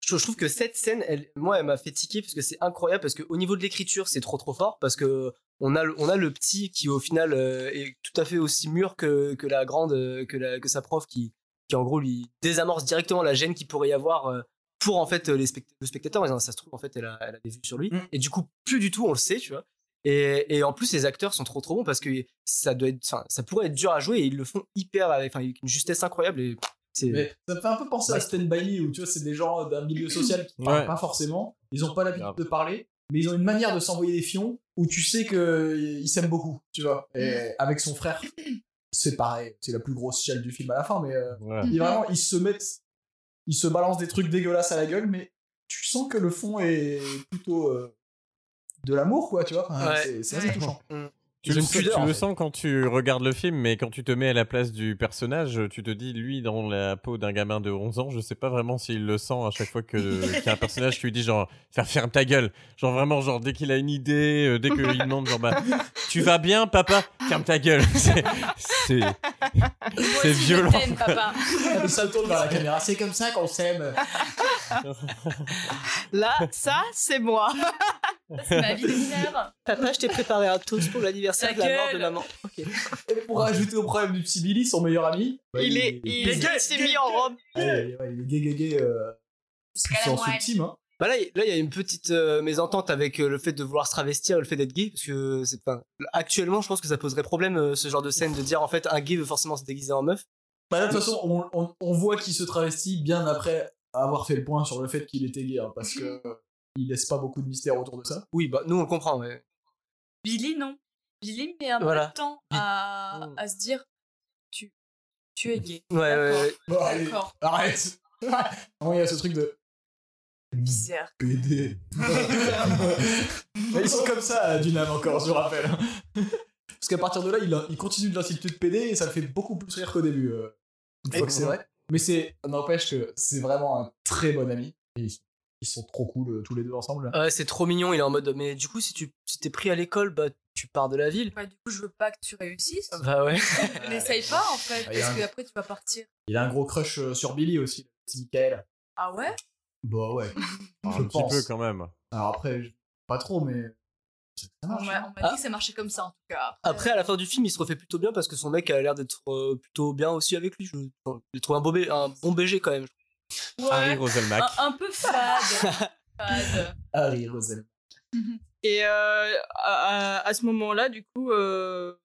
S2: Je, je trouve que cette scène, elle, moi, elle m'a fait tiquer parce que c'est incroyable parce que au niveau de l'écriture, c'est trop trop fort parce que on a le, on a le petit qui au final euh, est tout à fait aussi mûr que, que la grande euh, que la, que sa prof qui qui en gros lui désamorce directement la gêne qu'il pourrait y avoir euh, pour en fait euh, les spect- le spectateur. Mais non, ça se trouve en fait elle a, elle a des vues sur lui
S1: Mm.
S2: et du coup plus du tout on le sait, tu vois. Et, et en plus les acteurs sont trop trop bons parce que ça doit être, enfin, ça pourrait être dur à jouer et ils le font hyper avec, enfin, avec une justesse incroyable et pff, c'est
S1: Mais ça me fait un peu penser à Stand By Me où tu vois, c'est des gens euh, d'un milieu social qui parlent
S4: Ouais.
S1: pas forcément. Ils ont pas l'habitude
S4: Grave.
S1: de parler, mais ils ont une manière de s'envoyer des fions où tu sais qu'ils s'aiment beaucoup, tu vois. Et avec son frère, c'est pareil. C'est la plus grosse chiale du film à la fin, mais euh,
S4: Ouais.
S1: ils,
S5: Mhm.
S1: vraiment, ils se mettent, ils se balancent des trucs dégueulasses à la gueule, mais tu sens que le fond est plutôt euh, de l'amour, quoi, tu vois. Enfin,
S2: Ouais.
S1: c'est- C'est assez
S3: Ouais.
S1: touchant.
S4: Tu le,
S2: Ils ont
S4: tu-
S2: pudeur,
S4: tu
S2: en
S4: le
S2: fait.
S4: sens quand tu regardes le film, mais quand tu te mets à la place du personnage, tu te dis, lui, dans la peau d'un gamin de 11 ans, je sais pas vraiment s'il le sent à chaque fois que- qu'il y a un personnage qui lui dit, genre, faire ferme ta gueule. Genre, vraiment, genre, dès qu'il a une idée, euh, dès qu'il lui demande, genre, bah, tu vas bien, papa, ferme ta gueule. C'est- C'est c'est violent.
S5: papa.
S1: ça tourne vers la caméra. C'est comme ça qu'on s'aime.
S5: Là, ça, c'est moi.
S3: C'est ma vie de mineure.
S2: Papa, je t'ai préparé un toast pour l'anniversaire de la mort de
S3: Laquelle
S2: maman.
S1: Et pour ajouter au problème du petit Billy, son meilleur ami, bah,
S5: Il est, il
S1: gay,
S5: s'est
S1: gay,
S5: mis
S1: gay.
S5: en robe.
S1: Ouais, ouais, il est gay, gay, gay. Euh,
S3: Jusqu'à la
S1: sans
S3: moelle.
S1: ultime, hein.
S2: Bah là, il là, il y a une petite euh, mésentente avec euh, le fait de vouloir se travestir, et le fait d'être gay, parce que c'est pas. Actuellement, je pense que ça poserait problème euh, ce genre de scène de dire en fait un gay veut forcément se déguiser en meuf.
S1: Bah, de toute façon, on, on- on voit qu'il se travestit bien après avoir fait le point sur le fait qu'il était gay, hein, parce
S5: Mhm.
S1: que euh, il laisse pas beaucoup de mystère autour de ça.
S2: Oui, bah nous on le comprend. Mais...
S3: Billy, non. Billy met un
S2: Voilà.
S3: peu de temps à, à se dire tu, tu es gay.
S2: Ouais, ouais,
S3: D'accord.
S2: ouais.
S1: Bon, allez,
S3: D'accord.
S1: arrête. Vraiment, il y a ce truc de
S3: Bizarre.
S1: PD. Mais ils sont comme ça, Dunam encore, je rappelle. Parce qu'à partir de là, il, a- il continue de l'insulter de PD et ça le fait beaucoup plus rire qu'au début. euh, une fois que c'est vrai. Mais c'est, n'empêche que c'est vraiment un très bon ami. Et ils, ils sont trop cool euh, tous les deux ensemble. là.
S2: Ouais, c'est trop mignon, il est en mode mais du coup si tu si t'es pris à l'école, bah tu pars de la ville.
S3: Bah, du coup, je veux pas que tu réussisses.
S2: Bah ouais.
S3: N'essaye pas, en fait,
S1: Ah, y a
S3: parce
S1: un-
S3: que après, tu vas partir.
S1: Il a un gros crush euh, sur Billy aussi, le petit Michael.
S3: Ah ouais
S1: Bah ouais. je
S4: un petit
S1: pense.
S4: peu quand même.
S1: Alors après, je- pas trop, mais. Ça
S3: On
S1: marche.
S3: m'a on m'a
S2: Ah.
S3: dit que ça marchait comme ça, en tout cas.
S2: Après à la fin du film, il se refait plutôt bien parce que son mec a l'air d'être euh, plutôt bien aussi avec lui. Je, je trouve un bon, bé- un bon BG quand même.
S4: Harry
S3: Ouais,
S4: Roselmack.
S3: un, un peu fade. fade.
S1: Harry Rosel.
S5: Et euh, à, à- à ce moment-là, du coup, euh,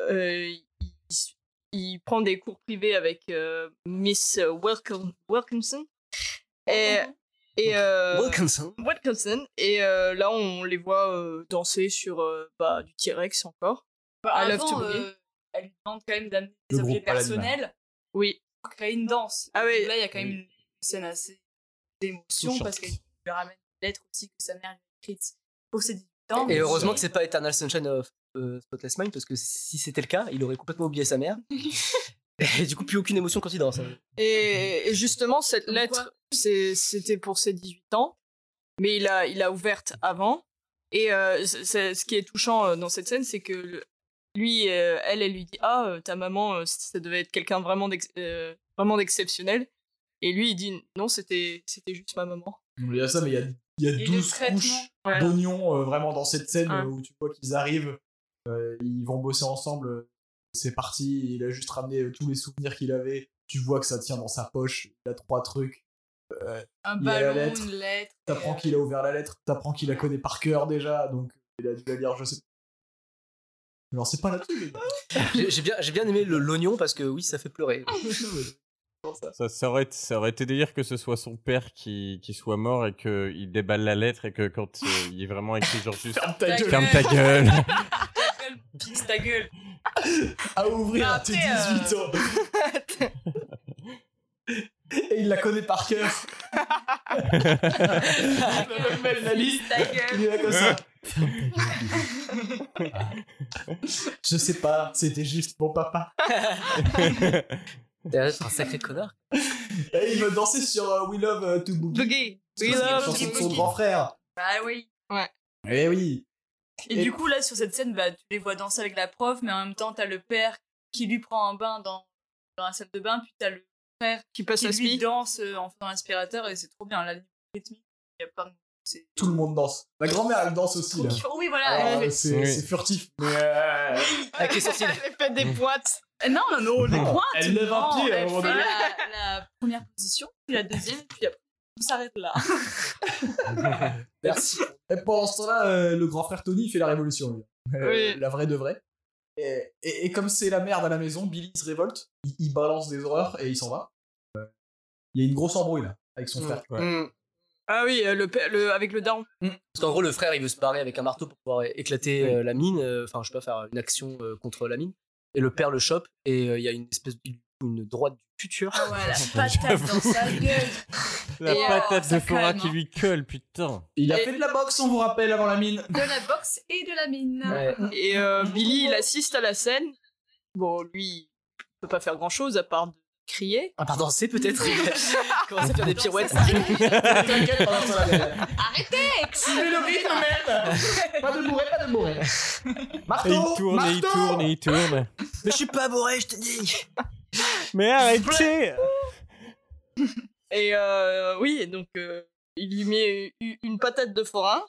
S5: euh, il, s- il prend des cours privés avec euh, Miss euh, Wilkin- Wilkinson. Et,
S3: Mhm.
S5: et, euh,
S2: Wilkinson.
S5: Wilkinson. Et euh, là, on les voit euh, danser sur euh, bah, du T-Rex encore.
S3: Bah,
S5: I love
S3: avant,
S5: to be.
S3: euh, elle lui demande quand même d'amener des
S1: Le
S3: objets
S1: groupe, pas l'animal.
S3: personnels
S5: Oui.
S3: pour créer une danse.
S5: Ah ouais.
S3: Donc Là, il y a quand même une scène assez d'émotion
S4: Touchante.
S3: parce qu'elle lui ramène une lettre aussi que sa mère lui a écrite pour ses 18 ans.
S2: Et
S3: mais-
S2: heureusement que c'est pas Eternal Sunshine of euh, Spotless Mind parce que si c'était le cas, il aurait complètement oublié sa mère. Et du coup, plus aucune émotion quand il danse. hein.
S5: Et, et justement, cette
S3: Comme
S5: lettre, c'est- c'était pour ses 18 ans, mais il a, il a ouverte avant. Et euh, c'est- c'est- ce qui est touchant euh, dans cette scène, c'est que le- lui, euh, elle, elle lui dit Ah, euh, ta maman, euh, ça devait être quelqu'un vraiment d'ex- euh, vraiment d'exceptionnel. Et lui, il dit Non, c'était c'était juste ma maman.
S1: Il y a ça, mais il y a, il y a
S3: Et le
S1: 12
S3: traitement.
S1: couches
S5: Ouais.
S1: d'oignons euh, vraiment dans cette scène
S5: Ouais.
S1: euh, où tu vois qu'ils arrivent, euh, ils vont bosser ensemble, euh, c'est parti, il a juste ramené euh, tous les souvenirs qu'il avait, tu vois que ça tient dans sa poche, il a trois trucs,
S3: Un
S1: il y a la
S3: ballon,
S1: lettre.
S3: une lettre.
S1: t'apprends qu'il a ouvert la lettre, t'apprends qu'il la connaît par cœur déjà, donc il a dû la lire, je sais pas. Alors c'est pas là-dessus, les gars.
S2: J'ai j'ai bien, j'ai bien aimé le- l'oignon parce que oui, ça fait pleurer.
S4: Ça, ça aurait, ça aurait été délire que ce soit son père qui, qui soit mort et qu'il déballe la lettre et que quand euh, il est vraiment écrit genre juste
S1: Ferme ta gueule
S4: ferme ta gueule.
S3: Ta gueule, pisse Euh, ta gueule.
S1: à ouvrir
S5: Bah,
S1: à tes
S5: après,
S1: 18 ans. Et il la connaît par cœur.
S5: Ah,
S3: Ta gueule, pisse ta
S1: Il
S3: gueule.
S1: est là comme ça. Je sais pas, c'était juste mon papa.
S2: C'est un sacré connard.
S1: Et il veut danser sur euh, We Love euh, To Boogie.
S5: Boogie
S1: parce que
S5: We
S1: c'est la
S5: love
S1: chanson de
S5: to
S1: son
S5: boogie.
S1: grand frère.
S3: Bah oui.
S1: Eh oui.
S3: Et,
S1: Et-
S3: du coup, là, sur cette scène, bah, tu les vois danser avec la prof, mais en même temps, t'as le père qui lui prend un bain dans, dans la salle de bain, puis t'as le frère
S5: Qui passe
S3: qui
S5: la
S3: lui
S5: spie.
S3: danse euh, en faisant l'aspirateur, et c'est trop bien. La rythmique, il y a plein de. C'est
S1: Tout le monde danse. Ma grand-mère, elle danse aussi.
S3: trop
S1: là.
S3: kiffant. Oui,
S5: Ah,
S3: voilà.
S1: Alors,
S3: elle
S1: euh,
S3: fait-
S1: c'est
S4: Oui.
S1: c'est furtif. Mais euh,
S2: Avec les sourcils.
S5: Elle fait des pointes.
S3: Eh Non, non, non, les pointes.
S1: Elle lève un
S3: non,
S1: pied à un
S3: Elle
S1: moment
S3: fait
S1: donné.
S3: la, la première position, puis la deuxième, puis après, on s'arrête là.
S1: merci. Et pendant ce temps-là, euh, le grand frère Tony fait la révolution. lui. Euh,
S5: Oui.
S1: La vraie de vraie. Et, et- et comme c'est la merde à la maison, Billy se révolte. Il, il balance des horreurs et il s'en va. Euh, Il y a une grosse embrouille là avec son frère.
S4: Ouais.
S2: Mm.
S5: Ah oui, euh, le, père- le- avec le daron.
S2: Parce qu'en gros, le frère, il veut se barrer avec un marteau pour pouvoir é- éclater euh, la mine, euh, enfin, je sais pas, faire une action euh, contre la mine. Et le père le chope, et euh, il y a une espèce de, une droite du futur.
S3: Ah, Voilà, patate dans sa gueule.
S4: La
S3: Et, euh,
S4: patate
S3: ça
S4: de forain
S3: calme,
S4: qui
S3: hein.
S4: lui colle, putain.
S1: Il a
S3: Et-
S1: fait de la boxe, on vous rappelle, avant la mine.
S3: De la boxe et de la mine.
S5: Et euh, Billy, il assiste à la scène. Bon, lui, il peut pas faire grand-chose à part de crier.
S2: À part danser, peut-être. Commencer à faire des
S3: Dans
S2: pirouettes.
S3: sa gueule.
S1: T'inquiète, pendant ce temps-là, la merde.
S3: Suivez le rythme,
S1: Pas de bourré, pas de bourré.
S4: Et il tourne, et il tourne, et il tourne.
S2: Mais je suis pas bourré, je te dis.
S4: Mais arrêtez
S5: Et euh, oui, donc euh, il lui met u- une patate de forain.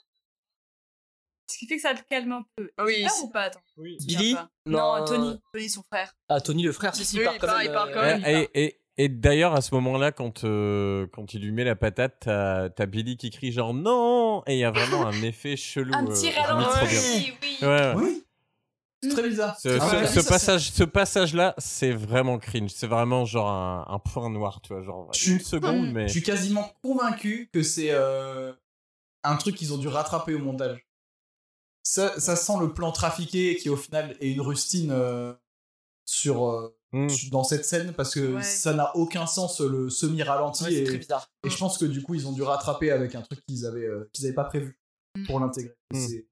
S3: Ce qui fait que ça le calme un peu.
S5: Ah Oui,
S3: Il part ou pas Attends.
S2: Billy
S3: Pas. Non, Tony. Tony, son frère.
S2: Ah, Tony, le frère, si, si,
S5: Oui,
S2: il part
S5: il
S2: quand
S5: part,
S2: même.
S5: il part
S2: euh,
S5: quand même.
S4: Et, et, et- et d'ailleurs, à ce moment-là, quand, euh, quand il lui met la patate, t'as t'as Billy qui crie genre non Et il y a vraiment un effet chelou.
S3: Un
S4: euh,
S3: petit
S4: limite trop bien.
S3: ralenti. Oui, oui.
S4: Ouais, ouais.
S1: Oui. C'est très bizarre.
S4: Ce,
S1: Ah
S4: ce-
S1: ouais,
S4: ce
S1: ça, ça-
S4: passage, ce passage-là, c'est vraiment cringe. C'est vraiment genre un, un point noir, tu vois, genre
S1: Je-
S4: une seconde, mais
S1: Je suis quasiment convaincu que c'est euh, un truc qu'ils ont dû rattraper au montage. Ça, ça sent le plan trafiqué qui, au final, est une rustine euh, sur, euh,
S4: Mm.
S1: dans cette scène parce que
S3: Ouais.
S1: ça n'a aucun sens le semi-ralenti.
S2: Ouais, c'est
S1: et,
S2: très bizarre.
S1: et je pense que du coup, ils ont dû rattraper avec un truc qu'ils avaient, euh, qu'ils avaient pas prévu pour l'intégrer.
S4: Mm.
S1: C'est
S3: Mm.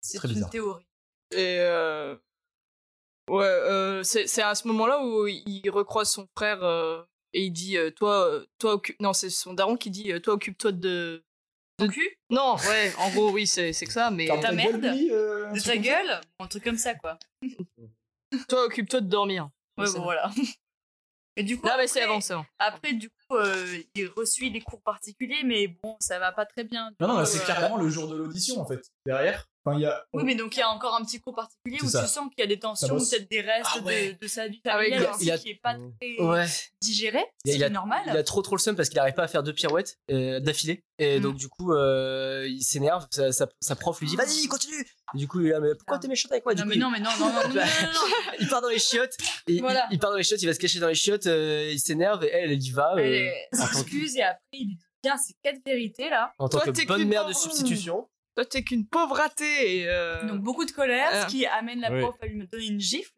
S3: C'est
S1: Très
S3: une
S1: bizarre.
S3: théorie.
S5: Et euh, ouais, euh, c'est c'est à ce moment-là où il recroise son frère euh, et il dit euh, toi, euh, toi occu- non c'est son daron qui dit euh, toi occupe-toi de
S3: Ton cul
S5: non ouais en gros oui c'est c'est que ça mais
S1: Ferme
S3: ta
S1: gueule,
S3: merde
S1: Billy, euh, un
S3: De
S1: truc
S3: ta
S1: comme ça.
S3: gueule Un truc comme ça, quoi.
S5: toi occupe-toi de dormir.
S3: Ouais,
S5: C'est-
S3: bon, voilà. Et du coup,
S5: Non mais c'est hein.
S3: après-
S5: avant c'est avant.
S3: Après, du coup, euh, il reçut des cours particuliers, mais bon, ça va pas très bien.
S1: Non, non, là,
S3: Ouais,
S1: c'est
S3: ouais.
S1: carrément le jour de l'audition en fait. Derrière, enfin, il y a.
S3: Euh, Oui, mais donc il y a encore un petit cours particulier
S1: C'est
S3: où
S1: ça.
S3: tu sens qu'il y a des tensions,
S1: bosse.
S3: peut-être des restes
S2: Ah ouais.
S3: de, de sa vie
S5: Ah ouais,
S3: familiale
S5: il a-
S3: aussi
S2: il a-
S3: qui est pas très
S2: Ouais.
S3: digéré,
S2: Il a-
S3: ce
S2: il
S3: qui
S2: a-
S3: est normal.
S2: Il a trop trop le seum parce qu'il n'arrive pas à faire deux pirouettes euh, d'affilée. Et
S3: Mm.
S2: donc, du coup, euh, il s'énerve. Sa, sa- sa prof lui dit Vas-y, continue Et Du coup, il est là, Mais pourquoi t'es méchante avec moi Du
S3: Non,
S2: coup,
S3: mais
S2: il-
S3: non, mais non, non, non, non, non, non, non.
S2: Il part dans les chiottes. Et il-
S3: Voilà.
S2: il, part dans les chiottes, il va se cacher dans les chiottes. euh, il s'énerve et elle, elle y va. euh,
S3: Elle
S2: en tant que-
S3: s'excuse et après, il lui dit Tiens, ces quatre vérités là.
S2: En tant
S5: Toi,
S2: que
S5: t'es
S2: bonne
S5: qu'une
S2: mère de
S5: daronne.
S2: substitution.
S5: Toi t'es qu'une pauvre ratée. Et, euh,
S3: Donc, beaucoup de colère,
S5: Euh.
S3: ce qui amène la
S4: Oui.
S3: prof à lui donner une gifle,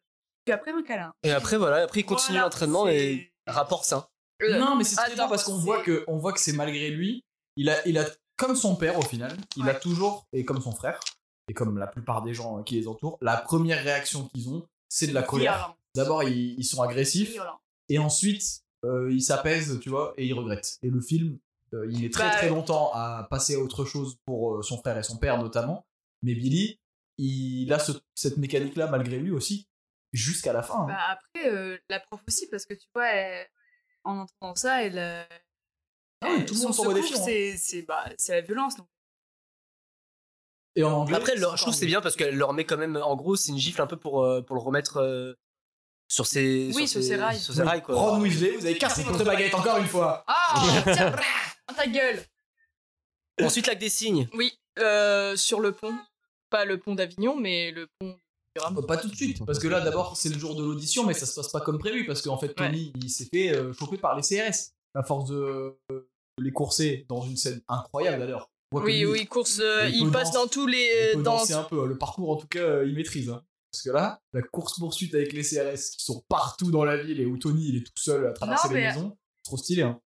S3: puis après, un câlin.
S2: Et après, voilà, après, il continue
S3: Voilà,
S2: l'entraînement
S3: c'est-
S2: et rapport sain.
S5: euh,
S1: Non, mais c'est très
S5: attends,
S1: bien parce qu'on
S5: c'est-
S1: voit que, on voit que c'est malgré lui. Il a, il a, comme son père au final, il a
S3: Ouais.
S1: toujours, et comme son frère, et comme la plupart des gens euh, qui les entourent, la première réaction qu'ils ont, c'est de la colère.
S3: Violent,
S1: D'abord, ils, ils sont agressifs,
S3: violent.
S1: et ensuite, euh, ils s'apaisent, tu vois, et ils regrettent. Et le film, euh, il est très
S5: Bah,
S1: très
S5: euh,
S1: longtemps à passer à autre chose pour euh, son frère et son père notamment, mais Billy, il a ce- cette mécanique-là malgré lui aussi, jusqu'à la fin. hein.
S3: Bah, après, euh, la prof aussi, parce que tu vois, elle- en entendant ça, elle. euh,
S1: Ah oui, tout le
S3: son
S1: monde s'envoie des
S3: secours,
S1: fions, hein.
S3: C'est c'est- bah, c'est la violence. Donc.
S1: Et en anglais,
S2: Après, elle leur- je trouve que c'est bien parce qu'elle leur met quand même, en gros, c'est une gifle un peu pour, euh, pour le remettre euh, sur ses,
S3: Oui, sur ses rails.
S2: Sur ses rails quoi.
S1: Ron Weasley, vous avez cassé votre baguette encore une fois.
S3: Ah Tiens, brrr, dans ta gueule
S2: Ensuite, l'acte des signes.
S5: Oui, euh, sur le pont. Pas le pont d'Avignon, mais le pont.
S2: Ah,
S1: Bah, pas tout de suite, parce que là d'abord c'est le jour de l'audition, mais ça se passe pas comme prévu, parce qu'en fait Tony il s'est fait euh, choper par les CRS, à force de euh, les courser dans une scène incroyable d'ailleurs. On voit que
S5: Oui,
S1: lui,
S5: oui, course. euh,
S1: il
S5: il
S1: peut
S5: passe
S1: danser-
S5: dans tous
S1: il
S5: les.
S1: peut
S5: dans...
S1: danser un peu, le parcours en tout cas euh, il maîtrise. hein. Parce que là, la course-poursuite avec les CRS qui sont partout dans la ville et où Tony il est tout seul à traverser
S3: Non,
S1: les
S3: mais-
S1: maisons, c'est trop stylé. hein.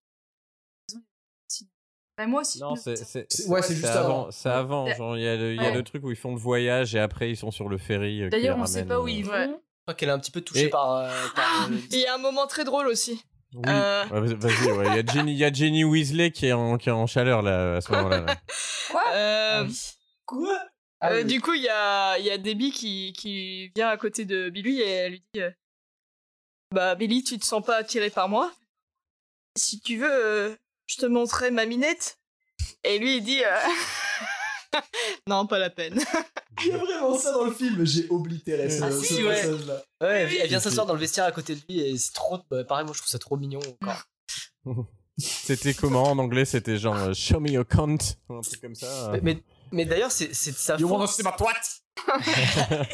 S3: Bah, Moi aussi.
S4: Non,
S3: je me
S4: c'est
S3: tiens.
S4: c'est-
S1: C'est- ouais, c'est juste avant.
S4: C'est avant.
S3: Ouais.
S4: Genre, il y a, le, il y a
S3: Ouais.
S4: le truc où ils font le voyage et après ils sont sur le ferry. euh, qui
S3: D'ailleurs,
S4: les
S3: on sait
S4: ramène,
S3: pas où ils
S4: euh,
S3: vont.
S5: Ouais.
S2: Je crois qu'elle est un petit peu touchée
S4: Et-
S2: par. euh,
S3: Ah,
S2: par, euh,
S5: Il y a un moment très drôle aussi.
S4: Oui.
S5: Euh,
S4: Ouais, vas- Vas-y, ouais. il y a Jenny- il y a Jenny Weasley qui est en, qui est en chaleur là, à ce moment-là. là.
S1: Ah
S5: euh,
S1: Quoi Ah
S5: euh, Du coup, il y a, il y a Debbie qui, qui vient à côté de Billy et elle lui dit euh, Bah, Billy, tu te sens pas attiré par moi Si tu veux, euh, je te montrerai ma minette. Et lui, il dit euh, Non, pas la peine.
S1: Il y a vraiment ça dans le film, j'ai euh, oblitéré ce,
S2: Ah,
S1: ce
S2: si, ouais.
S1: passage-là.
S2: Ouais, elle, elle vient
S4: Oui.
S2: s'asseoir dans le vestiaire à côté de lui et c'est trop. bah, pareil, moi je trouve ça trop mignon encore.
S4: C'était comment en anglais C'était genre euh, Show me your cunt ou un truc comme ça. euh.
S2: Mais, mais, mais d'ailleurs, c'est c'est de sa
S1: You
S2: faute.
S1: wanna see my twat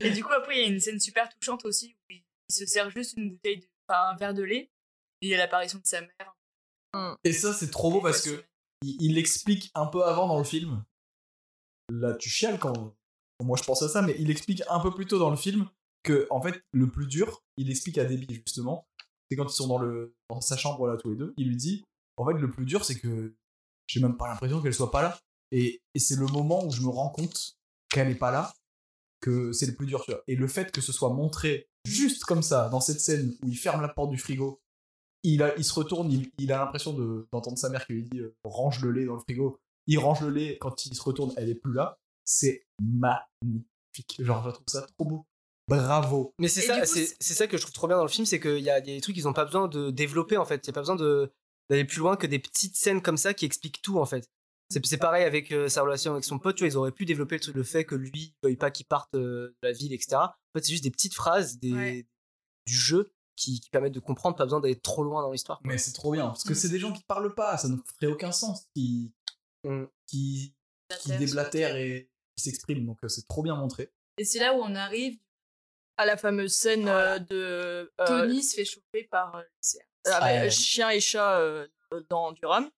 S3: Et du coup, après, il y a une scène super touchante aussi où il il se sert juste une bouteille, de... enfin un verre de lait, et il y a l'apparition de sa mère.
S1: Et ça c'est trop beau parce que il, il explique un peu avant dans le film. Là, tu chiales quand moi je pense à ça, mais il explique un peu plus tôt dans le film que, en fait, le plus dur, il explique à Debbie justement, c'est quand ils sont dans, le, dans sa chambre là tous les deux, il lui dit En fait, le plus dur, c'est que j'ai même pas l'impression qu'elle soit pas là. Et, et c'est le moment où je me rends compte qu'elle est pas là, que c'est le plus dur. tu vois. Et le fait que ce soit montré juste comme ça, dans cette scène où il ferme la porte du frigo, il, a- il se retourne, il, il a l'impression de- d'entendre sa mère qui lui dit euh, range le lait dans le frigo. Il range le lait, quand il se retourne, elle est plus là. C'est magnifique. Genre, je trouve ça trop beau. Bravo.
S2: Mais c'est
S3: Et du
S2: ça,
S3: coup,
S2: c'est
S3: c'est-
S2: c'est ça que je trouve trop bien dans le film, c'est qu'il y a, il y a des trucs qu'ils n'ont pas besoin de développer en fait. Il n'y a pas besoin de- d'aller plus loin que des petites scènes comme ça qui expliquent tout en fait. C'est c'est pareil avec euh, sa relation avec son pote, tu vois, ils auraient pu développer le, truc- le fait que lui, il ne veuille pas qu'il parte euh, de la ville, etc. En fait, c'est juste des petites phrases des,
S3: Ouais.
S2: du jeu qui, qui permettent de comprendre, pas besoin d'aller trop loin dans l'histoire.
S1: Mais c'est trop bien. Parce que c'est des gens qui parlent pas, ça ne ferait aucun sens. Qui,
S2: Mm.
S1: qui, qui déblatèrent et qui s'expriment. Donc, euh, c'est trop bien montré.
S3: Et c'est là où on arrive,
S5: à la fameuse scène euh, de euh,
S3: Tony se fait choper par euh, le CR.
S5: avec,
S2: Ah ouais.
S5: chien et chat euh, dans Durham.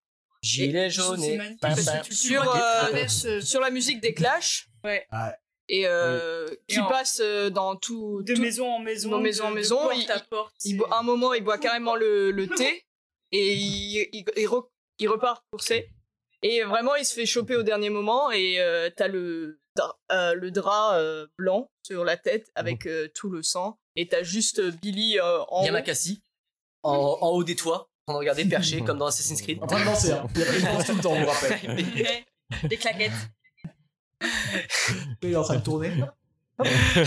S2: Gilet jaune
S3: C'est
S2: et...
S3: magnifique
S2: Bam,
S3: parce
S2: bam.
S3: que tu
S5: Sur,
S3: le vois qui
S5: euh,
S3: traverse, euh,
S5: Sur la musique des Clash.
S3: Ouais.
S1: Ouais.
S5: Et euh, qui
S3: Et en-
S5: passe euh, dans tout.
S3: de
S5: tout-
S3: maison en maison,
S5: de maison en
S3: de
S5: maison,
S3: porte
S5: il-
S3: à porte.
S5: il boit- à un moment, il boit carrément le, le thé et il, il, il re- il repart courser. Et vraiment, il se fait choper au dernier moment et euh, t'as le, dra- euh, le drap euh, blanc sur la tête avec euh, tout le sang. Et t'as juste euh, Billy euh, en haut.
S2: Yamakasi, en, en haut des toits, en train de regarder perché comme dans Assassin's Creed.
S1: En train de danser, hein. Il danse tout le temps, on vous rappelle.
S3: Des claquettes.
S1: Il est en train de tourner. Ah
S4: euh.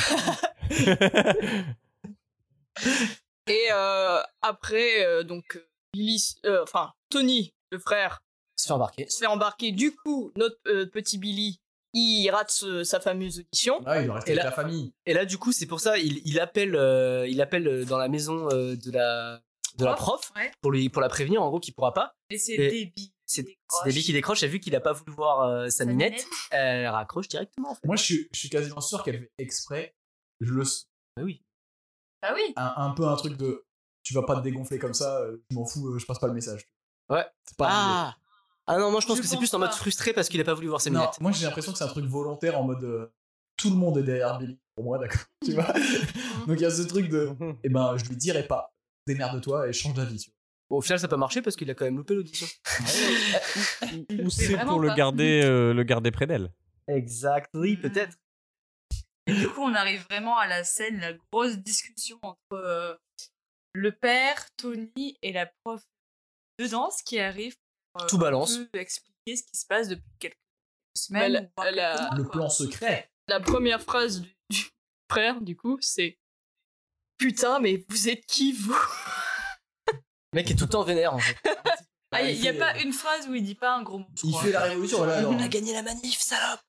S5: Et euh, après, euh, donc, Billy, euh, enfin, Tony, le frère,
S2: se fait embarquer.
S5: se fait embarquer. Du coup, notre euh, petit Billy, il rate ce- sa fameuse audition.
S1: Ah, il doit rester
S2: Et
S1: avec
S2: là-
S1: la famille.
S2: Et là, du coup, c'est pour ça, il, il appelle, euh, il appelle euh, dans la maison euh, de la de la prof
S3: Ouais.
S2: pour lui pour la prévenir en gros qu'il pourra pas
S3: Mais c'est
S2: Et-
S3: débile.
S2: c'est
S3: Des
S2: c'est Debbie qui décroche elle vu qu'il a pas voulu voir euh, sa,
S3: Sa
S2: minette,
S3: minette.
S2: elle raccroche directement en fait.
S1: Moi, je suis, je suis quasiment sûr qu'elle fait exprès. Je le,
S2: Ah oui
S3: Ah oui.
S1: un, un peu un truc de tu vas pas te dégonfler comme ça, euh, je m'en fous, euh, je passe pas le message.
S2: Ouais.
S1: C'est pas l'idée.
S2: ah ah non moi je pense
S3: Je
S2: que c'est
S3: pense
S2: plus en mode
S3: pas.
S2: frustré parce qu'il a pas voulu voir sa
S1: Non,
S2: minette
S1: moi j'ai l'impression que c'est un truc volontaire en mode euh, tout le monde est derrière Billy. Pour moi, d'accord. tu vois Donc il y a ce truc de eh ben je lui dirai pas, démerde-toi et change d'avis. tu
S2: Bon, au final ça a pas marché parce qu'il a quand même loupé l'audition
S4: Ou c'est pour
S3: vraiment
S4: le
S3: pas.
S4: garder, euh, le garder près d'elle.
S2: exactly
S3: Mm.
S2: peut-être
S3: Et du coup, on arrive vraiment à la scène, la grosse discussion entre euh, le père, Tony et la prof de danse qui arrive pour euh,
S2: Tout
S3: un
S2: balance.
S3: peu expliquer ce qui se passe depuis quelques
S5: Mais
S3: semaines. voire
S5: Bah, la-
S3: quelques
S5: la-
S3: mois,
S1: vois. Le
S3: quoi.
S1: plan secret.
S5: La première phrase du, du frère, du coup, c'est Putain, mais vous êtes qui, vous
S2: le mec est tout le temps vénère en fait.
S3: Ah, il n'y a
S1: Il fait,
S3: pas
S1: euh,
S3: une phrase où il dit pas un gros mot. je
S1: Il
S3: crois.
S1: fait la révolution, voilà. alors.
S2: on a gagné la manif salope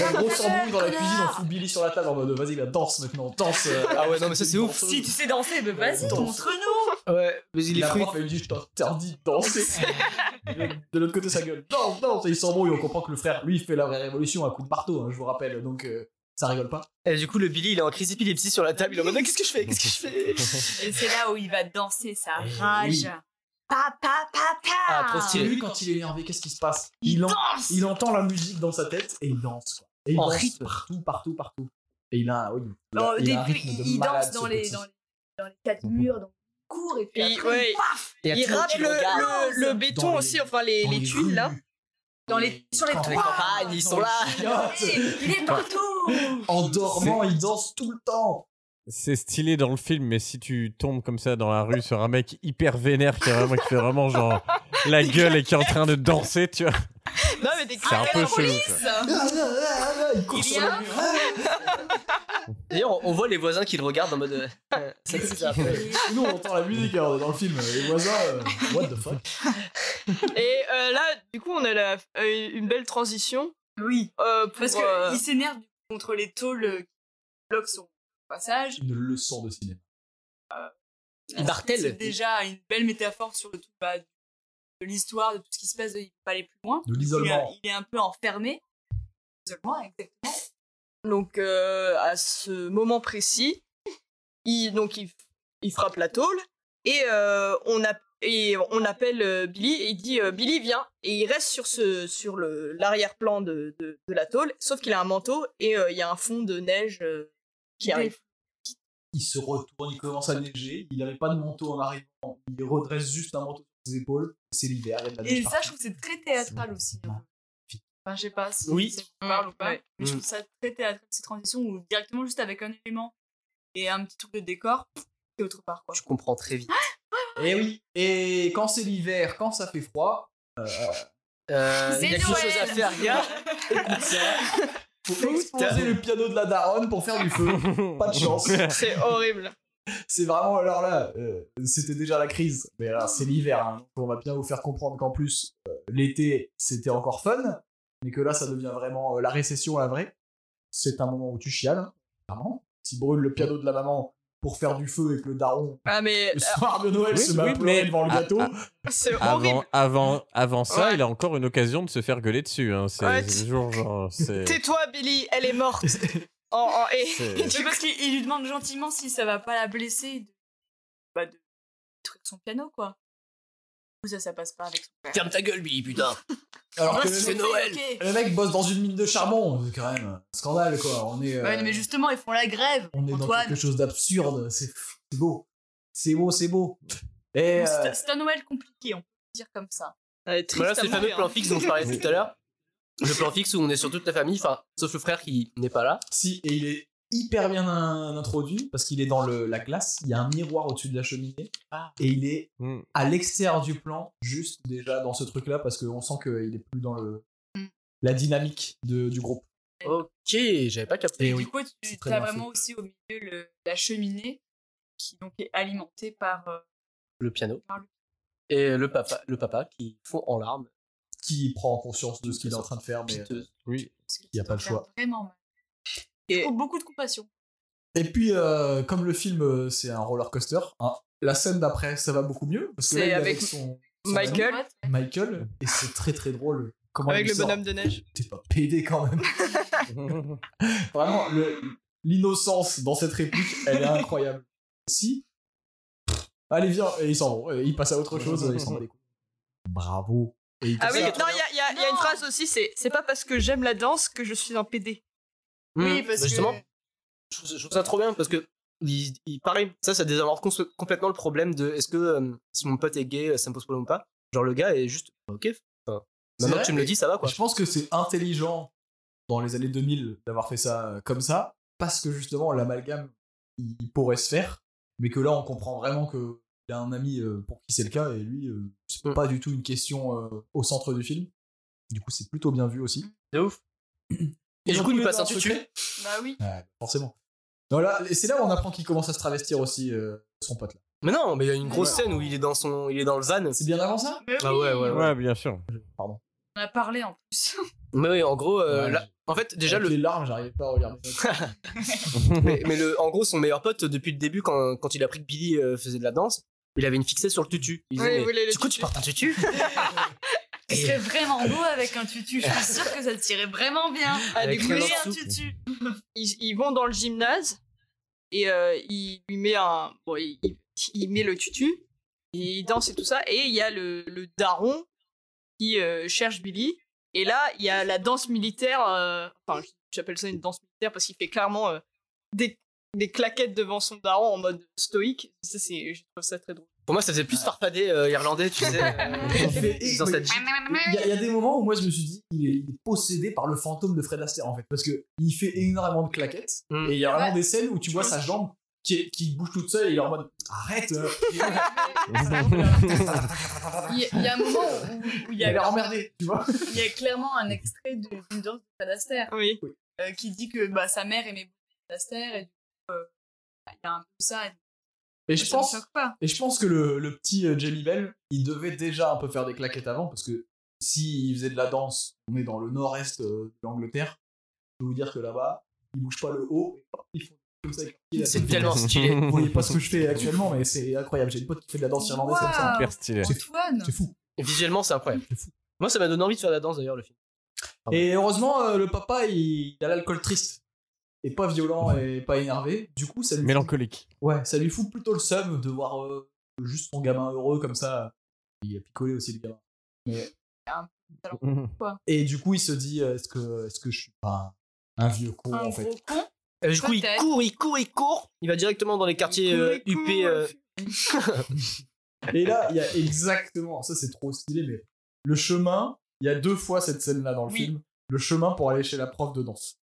S1: La grosse embrouille dans la cuisine, on fout Billy sur la table en mode vas-y, la danse maintenant, danse. euh,
S2: ah ouais non mais ça c'est ouf
S3: Si tu sais danser, ben vas-y,
S1: Danse.
S3: montre-nous
S2: ouais mais il est
S1: la
S2: fruit
S1: prof, elle lui dit je t'interdis de danser. de l'autre côté sa gueule, danse, danse, et il s'embrouille. On comprend que le frère, lui, il fait la vraie révolution à coup de marteau, hein, je vous rappelle, donc euh, ça rigole pas.
S2: et du coup le Billy il est en crise épilepsie sur la table il est en mode Ah, qu'est-ce que je fais qu'est-ce que je fais
S3: Et c'est là où il va danser sa
S1: Eh oui.
S3: rage. Pa, pa, pa, pa.
S2: Ah, trop stylé.
S1: Lui, quand il est énervé, qu'est-ce qui se passe il, en-
S3: danse
S1: il entend la musique dans sa tête et il danse. quoi. Et il
S2: En
S1: danse
S2: rythme.
S1: partout, partout, partout. Et il a, oui, il a-
S3: Non, Au
S1: il a un
S3: début,
S1: rythme de
S3: il il
S1: malade,
S3: danse
S1: ce
S3: dans les,
S1: petit. Mhm.
S3: dans les, dans les quatre murs, dans le cours, et puis
S5: Et
S3: après,
S5: ouais,
S3: il paf
S2: Et à
S5: Il
S2: tout moment,
S5: rate
S2: tu
S5: le,
S2: regardes.
S5: le- le béton
S1: Dans
S5: aussi,
S1: les-
S5: enfin les,
S1: Dans
S5: les
S1: les
S5: tuiles, là.
S1: rues,
S3: Dans les- sur les
S1: campagnes,
S2: les campagnes ils sont
S1: dans
S2: là
S1: les chiottes.
S3: Il est partout
S1: En dormant, il danse tout le temps.
S4: C'est stylé dans le film, mais si tu tombes comme ça dans la rue sur un mec hyper vénère qui, est vraiment, qui fait vraiment genre la gueule et qui est en train de danser, tu vois,
S5: Non, mais t'es
S4: c'est un peu chelou. quoi.
S1: Ah, ah, ah, ah, Il court
S5: Il
S1: sur
S5: y
S1: le
S5: a-
S1: mur. Ah,
S2: D'ailleurs, on voit les voisins qui le regardent en mode. euh, euh, ça, c'est ça.
S1: Et Nous, on entend la musique alors, dans le film. Les voisins, euh, what the fuck
S5: Et euh, là, du coup, on a la- euh, une belle transition.
S3: Oui,
S5: euh, pour,
S3: parce
S5: euh,
S3: qu'il s'énerve contre les tôles euh, qui bloquent son passage.
S1: Une leçon de cinéma.
S2: Il martèle.
S3: C'est déjà une belle métaphore sur le tout bah, de l'histoire, de tout ce qui se passe, il ne peut pas aller plus loin.
S1: De
S3: Il,
S1: l'isolement.
S3: est- il est un peu enfermé. Isolement, exactement.
S5: Donc, euh, à ce moment précis, il, donc, il, il frappe la tôle et, euh, on, a, et on appelle euh, Billy et il dit euh, Billy, viens. Et il reste sur, ce, sur le- l'arrière-plan de, de- de la tôle, sauf qu'il a un manteau et euh, il y a un fond de neige euh, qui arrive.
S1: il se retourne, il commence à neiger, il n'avait pas de manteau en arrivant, il redresse juste un manteau sur ses épaules, c'est l'hiver, il y a de la neige
S3: Et ça, je
S1: partout.
S3: trouve que c'est très théâtral aussi. hein. Enfin, je sais pas si
S2: Oui.
S3: ça vous parle ou pas,
S5: Ouais.
S3: mais je
S2: Mm.
S3: trouve ça très théâtral, ces transitions, où directement juste avec un élément et un petit truc de décor, et autre part, quoi.
S2: Je comprends très vite.
S1: Et Eh oui, et quand c'est l'hiver, quand ça fait froid,
S2: Euh, Il y a
S3: C'est
S2: quelque
S3: Noël.
S2: chose à faire, gars.
S1: écoute ça, faut exploser le piano de la daronne pour faire du feu. Pas de chance.
S5: C'est horrible.
S1: C'est vraiment alors là, euh, c'était déjà la crise, mais là c'est l'hiver. hein. On va bien vous faire comprendre qu'en plus euh, l'été c'était encore fun, mais que là ça devient vraiment euh, la récession la vraie. C'est un moment où tu chiales, hein, clairement. Tu brûles le piano de la maman pour faire du feu et que le daron
S5: Ah, mais
S1: le soir de Noël
S4: Oui,
S1: se met à
S4: oui,
S1: pleurer
S4: mais-
S1: devant le
S4: Ah,
S1: gâteau.
S5: c'est horrible.
S4: Avant, avant, avant ça,
S5: Ouais.
S4: il a encore une occasion de se faire gueuler dessus. Hein. C'est
S5: Ouais,
S4: c'est toujours genre. c'est-
S5: Tais-toi, Billy, elle est morte. en, en- et-
S4: c'est-
S3: Mais parce qu'il il lui demande gentiment si ça va pas la blesser de, bah, de détruire son piano, quoi. Du coup, ça, ça passe pas avec son père.
S2: Ferme ta gueule, Billy, putain.
S3: Ah,
S1: Alors que
S2: c'est
S1: le,
S2: c'est Noël.
S3: Ok.
S1: le mec bosse dans une mine de charbon, c'est quand même un scandale quoi. On est, euh,
S3: Ouais, mais justement, ils font la grève.
S1: on est dans
S3: Antoine,
S1: quelque chose d'absurde. C'est c'est beau, c'est beau, c'est beau. Et
S3: c'est
S1: euh,
S3: c'est un Noël compliqué, on peut le dire comme ça.
S5: Euh, triste
S2: Voilà, c'est le
S5: à
S2: fameux
S5: mourir,
S2: plan
S5: hein.
S2: fixe dont je parlais tout à l'heure. Le plan fixe où on est sur toute la famille, enfin, sauf le frère qui n'est pas là.
S1: Si, et il est hyper bien in- introduit parce qu'il est dans le, la glace, il y a un miroir au-dessus de la cheminée
S2: Ah.
S1: et il est
S4: Hmm.
S1: à l'extérieur du plan, juste déjà dans ce truc-là parce qu'on sent qu'il est plus dans le
S3: Mm.
S1: la dynamique de- du groupe.
S2: Ok, j'avais pas capté.
S5: Eh
S1: Et
S3: Et
S1: oui,
S3: du coup,
S1: c'est
S3: tu
S1: très
S3: as
S1: bien
S3: vraiment aussi au milieu le- la cheminée qui donc est alimentée par. euh,
S2: Le piano.
S3: par le-
S2: Et le papa, le papa qui fond en larmes.
S1: Qui prend conscience de ce qu'il est en train de faire, mais euh,
S2: Piteuse.
S4: Oui.
S3: parce que
S1: Il y a
S3: ça
S1: pas
S3: doit
S1: le choix.
S3: faire Vraiment mal.
S5: Et-
S3: Oh, beaucoup de compassion.
S1: Et puis, euh, comme le film, euh, c'est un roller coaster, hein, la scène d'après, ça va beaucoup mieux. Parce que là,
S5: C'est
S1: il est
S5: avec
S1: avec, son, son
S5: Michael.
S3: What
S1: ami, Michael, et c'est très très drôle. Comment
S5: Avec
S1: il
S5: le
S1: sort.
S5: bonhomme de neige.
S1: T'es pas pédé quand même. Vraiment, le- l'innocence dans cette réplique, elle est incroyable. Si. Pff, Allez, viens, et ils s'en vont. Et ils passent à autre chose, ils s'en vont les couilles. Bravo. Et ils
S5: Ah
S1: passent
S5: oui,
S1: à-
S5: non, il y a, il y a- il y a une
S3: Non.
S5: phrase aussi, c'est c'est pas parce que j'aime la danse que je suis un PD.
S3: Oui,
S2: Mmh.
S3: parce
S2: Bah,
S3: que-
S2: justement, je, trouve, je trouve ça trop bien parce que il, il- pareil, ça, ça désamorce cons- complètement le problème de est-ce que euh, si mon pote est gay, ça me pose problème ou pas. Genre le gars est juste bah, ok. enfin,
S1: C'est
S2: maintenant
S1: vrai,
S2: que tu me
S1: mais-
S2: le dis, ça va quoi.
S1: Je pense que c'est intelligent dans les années 2000 d'avoir fait ça euh, comme ça, parce que justement l'amalgame il il pourrait se faire, mais que là on comprend vraiment que il a un ami euh, pour qui c'est le cas et lui euh, c'est
S2: Mm.
S1: pas du tout une question euh, au centre du film. Du coup c'est plutôt bien vu aussi.
S2: De ouf. Et du
S1: Ils ont
S2: coup,
S1: tous
S2: il
S1: les
S2: passe
S1: deux
S2: un tutu.
S1: secret.
S3: Bah oui.
S1: Ouais, forcément. Non, là, et c'est là où on apprend qu'il commence à se travestir aussi euh, son pote là.
S2: Mais non, mais il y a une grosse
S3: Ouais.
S2: scène où il est dans son, il est dans le van.
S1: C'est bien avant ça
S3: Mais
S2: Ah
S3: Bah oui,
S2: ouais, ouais,
S4: ouais, bien sûr.
S3: On en a parlé en plus.
S2: Mais oui, en gros, euh,
S1: Ouais,
S2: là- en fait, déjà
S1: avec
S2: le,
S1: les larmes, j'arrivais pas à regarder.
S2: mais, mais le, en gros, son meilleur pote depuis le début, quand, quand il a appris que Billy euh, faisait de la danse, il avait une fixée sur le tutu. Il
S5: Ouais,
S2: disait,
S5: il
S2: mais,
S5: voulait le
S2: du coup,
S5: tutu.
S2: tu portes un tutu
S3: Il serait vraiment beau avec un tutu. Je suis sûre que ça tirait vraiment bien.
S5: Ah, du
S2: Avec
S5: coup,
S2: le
S3: Mais
S5: il-
S2: lance-
S3: un
S2: souple.
S3: tutu.
S5: ils, ils vont dans le gymnase et euh, il lui met un. Bon, il, il- il met le tutu, il danse et tout ça, et il y a le, le daron qui euh, cherche Billy. Et là, il y a la danse militaire, euh, enfin, j'appelle ça une danse militaire parce qu'il fait clairement euh, des, des claquettes devant son daron en mode stoïque. Ça, c'est, je trouve ça très drôle.
S2: Pour moi, ça faisait plus farfader euh, irlandais, tu sais. euh,
S1: Et-
S2: dans sa jeep.
S1: Il y, a- il y a des moments où moi je me suis dit, il est, il est possédé par le fantôme de Fred Astaire en fait, parce que il fait énormément de claquettes
S2: Mm.
S1: et il y a vraiment des scènes où tu vois sa jambe qui, est- qui bouge toute seule et il est en mode arrête. euh.
S3: Il y a- il y a un moment où- où il
S1: il
S3: y
S1: a l'air
S3: a,
S1: emmerdé, tu vois.
S3: il y a clairement un extrait de- d'une danse de Fred Astaire
S5: Oui.
S3: euh, qui dit que bah, sa mère aimait beaucoup Fred Astaire et du coup, euh, bah, il y a un peu ça. Et
S1: Et
S3: ça
S1: je
S3: me
S1: pense,
S3: choque pas.
S1: et je pense que le, le petit euh, Jamie Bell, il devait déjà un peu faire des claquettes avant parce que s'il faisait de la danse, on est dans le nord-est euh, de l'Angleterre. Je peux vous dire que là-bas, ils bougent pas le haut, et hop, ils font comme ça. avec leur pied, là.
S2: C'est tellement stylé.
S1: Vous voyez pas ce que je fais actuellement, mais c'est incroyable. J'ai une pote qui fait de la danse irlandaise comme ça.
S3: Waouh,
S4: Super stylé.
S3: Antoine,
S1: C'est fou.
S2: Visuellement, c'est incroyable.
S1: C'est fou.
S2: Moi, ça m'a donné envie de faire de la danse d'ailleurs, le film.
S1: Et heureusement, euh, le papa, il, il a l'alcool triste. Et pas violent et pas énervé. Du coup, ça lui,
S4: Mélancolique.
S1: ouais, ça lui fout plutôt le seum de voir euh, juste son gamin heureux comme ça. Il a picolé aussi le gamin. Et du coup, il se dit euh, est-ce que, est que je suis pas un, un vieux con
S3: un
S1: en fait
S3: gros con.
S2: Et Euh, du coup, il
S3: Peut-être.
S2: court, il court, il court. Il va directement dans les quartiers
S5: court,
S2: euh,
S5: il court,
S2: huppés. euh,
S1: Et là, il y a exactement. Ça, c'est trop stylé, mais le chemin, il y a deux fois cette scène-là dans le
S3: Oui.
S1: film. Le chemin pour aller chez la prof de danse.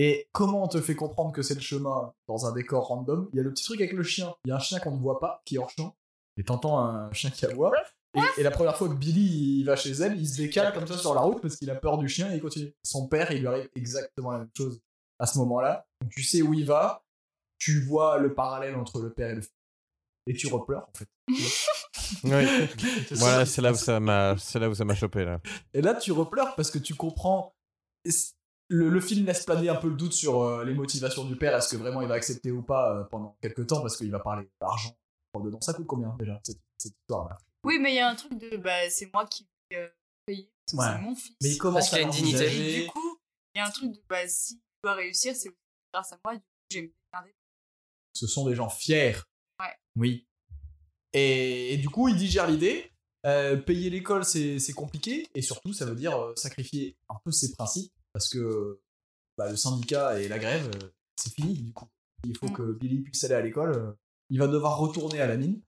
S1: Et comment on te fait comprendre que c'est le chemin dans un décor random Il y a le petit truc avec le chien. Il y a un chien qu'on ne voit pas, qui est hors champ. Et t'entends un chien qui aboie. Et, et la première fois que Billy il va chez elle, il se décale comme ça sur la route parce qu'il a peur du chien et il continue. Son père, il lui arrive exactement la même chose à ce moment-là. Donc tu sais où il va, tu vois le parallèle entre le père et le fils. Et tu repleures en fait.
S4: Ouais.
S1: C'est
S4: Voilà,
S1: ça.
S4: c'est là où ça m'a, c'est là où ça m'a chopé là.
S1: Et là, tu repleures parce que tu comprends. Le, le film laisse planer un peu le doute sur euh, les motivations du père. Est-ce que vraiment il va accepter ou pas euh, pendant quelques temps Parce qu'il va parler d'argent. Bon, Dedans, ça coûte combien déjà cette, cette histoire-là
S3: Oui, mais il y a un truc de bah, c'est moi qui vais euh, payer, parce que
S1: Ouais.
S3: c'est mon fils.
S1: Mais il commence
S2: Parce qu'il y a
S1: à
S2: une dignité.
S1: l'envisager.
S3: Et du coup, il y a un truc de bah, si tu dois réussir, c'est grâce à moi, du coup, j'ai me démerdé.
S1: Ce sont des gens fiers.
S3: Ouais.
S1: Oui. Et, et du coup, il digère l'idée. Euh, payer l'école, c'est c'est compliqué. Et surtout, ça veut dire euh, sacrifier un peu ses principes. Parce que bah, le syndicat et la grève, euh, c'est fini du coup. Il faut
S3: Mm.
S1: que Billy puisse aller à l'école. euh, Il va devoir retourner à la mine.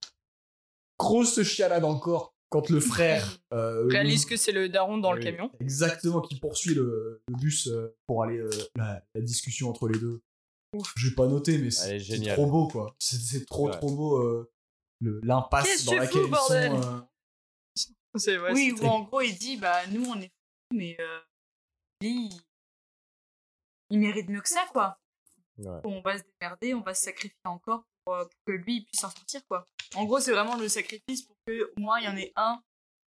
S1: Grosse chiala dans le corps quand le frère euh,
S5: Réalise que c'est le daron dans le
S1: Eh Oui,
S5: camion.
S1: Exactement, qui poursuit le, le bus euh, pour aller euh, la, la discussion entre les deux. J'ai pas noté, mais
S4: Elle est
S1: c'est c'est
S4: géniale.
S1: trop beau, quoi. C'est- C'est trop,
S4: Ouais.
S1: trop beau euh, le- l'impasse
S5: Qu'est-ce
S1: dans
S5: que tu
S1: laquelle
S5: fous,
S1: ils
S5: bordel
S1: sont. euh,
S5: C'est vrai.
S3: oui,
S1: c'est-
S3: où en gros il dit bah nous on est fous, mais euh, lui il... il mérite mieux que ça quoi.
S4: Ouais.
S3: On va se démerder, on va se sacrifier encore pour, euh, pour que lui il puisse s'en sortir quoi. En gros c'est vraiment le sacrifice pour que au moins il y en ait un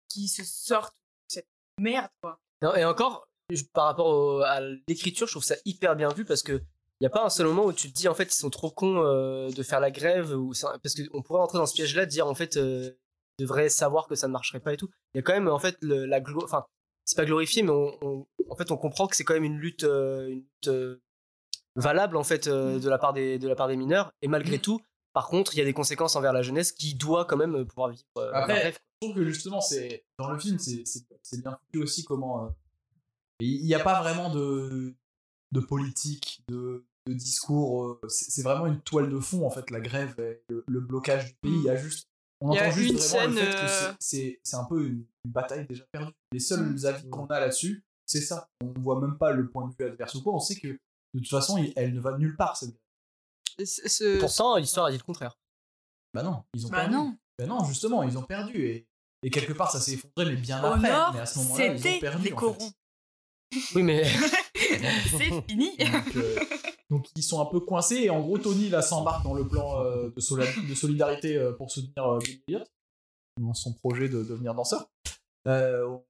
S3: qui se sorte de cette merde quoi.
S2: Non, et encore, je- par rapport au- à l'écriture, je trouve ça hyper bien vu parce que il n'y a pas un seul moment où tu te dis en fait ils sont trop cons euh, de faire la grève ou ça- parce qu'on pourrait rentrer dans ce piège-là, de dire en fait euh, ils devraient savoir que ça ne marcherait pas et tout. Il y a quand même en fait le- la glo- enfin c'est pas glorifié mais on, on- en fait on comprend que c'est quand même une lutte, euh, une lutte, euh, valable en fait euh, de la part des de la part des mineurs et malgré tout. Par contre, il y a des conséquences envers la jeunesse qui doit quand même pouvoir vivre. euh, la
S1: Après,
S2: grève.
S1: Je trouve que justement, c'est dans le film, c'est c'est- c'est bien foutu aussi comment. euh, Il n'y a pas vraiment de, de politique, de, de discours. euh, C'est c'est vraiment une toile de fond, en fait, la grève, et le, le blocage du pays. Il y a juste. On
S5: Mm. Il y a
S1: entend juste
S5: une
S1: vraiment le
S5: scène,
S1: fait que
S5: euh, Mm.
S1: c'est- c'est c'est un peu une, une bataille déjà perdue. Les seuls avis qu'on a là-dessus, c'est ça. On ne voit même pas le point de vue adverse ou quoi. On sait que de toute façon, il- elle ne va nulle part, cette grève.
S5: C'est- ce-
S2: Pourtant, l'histoire a dit le contraire.
S1: Bah non, ils ont
S3: Bah
S1: perdu.
S3: non.
S1: Bah non, justement, ils ont perdu. Et, et quelque part, ça s'est effondré, mais bien
S3: Au
S1: Bah après.
S3: nord,
S1: mais à ce moment-là, ils ont
S3: c'était
S1: perdu.
S3: les
S1: en fait.
S3: corons.
S2: Oui, mais
S3: c'est fini.
S1: Donc, euh, donc ils sont un peu coincés et en gros Tony là s'embarque dans le plan euh, de, sola- de solidarité euh, pour soutenir euh, Billy Elliot dans son projet de devenir danseur. Euh, on-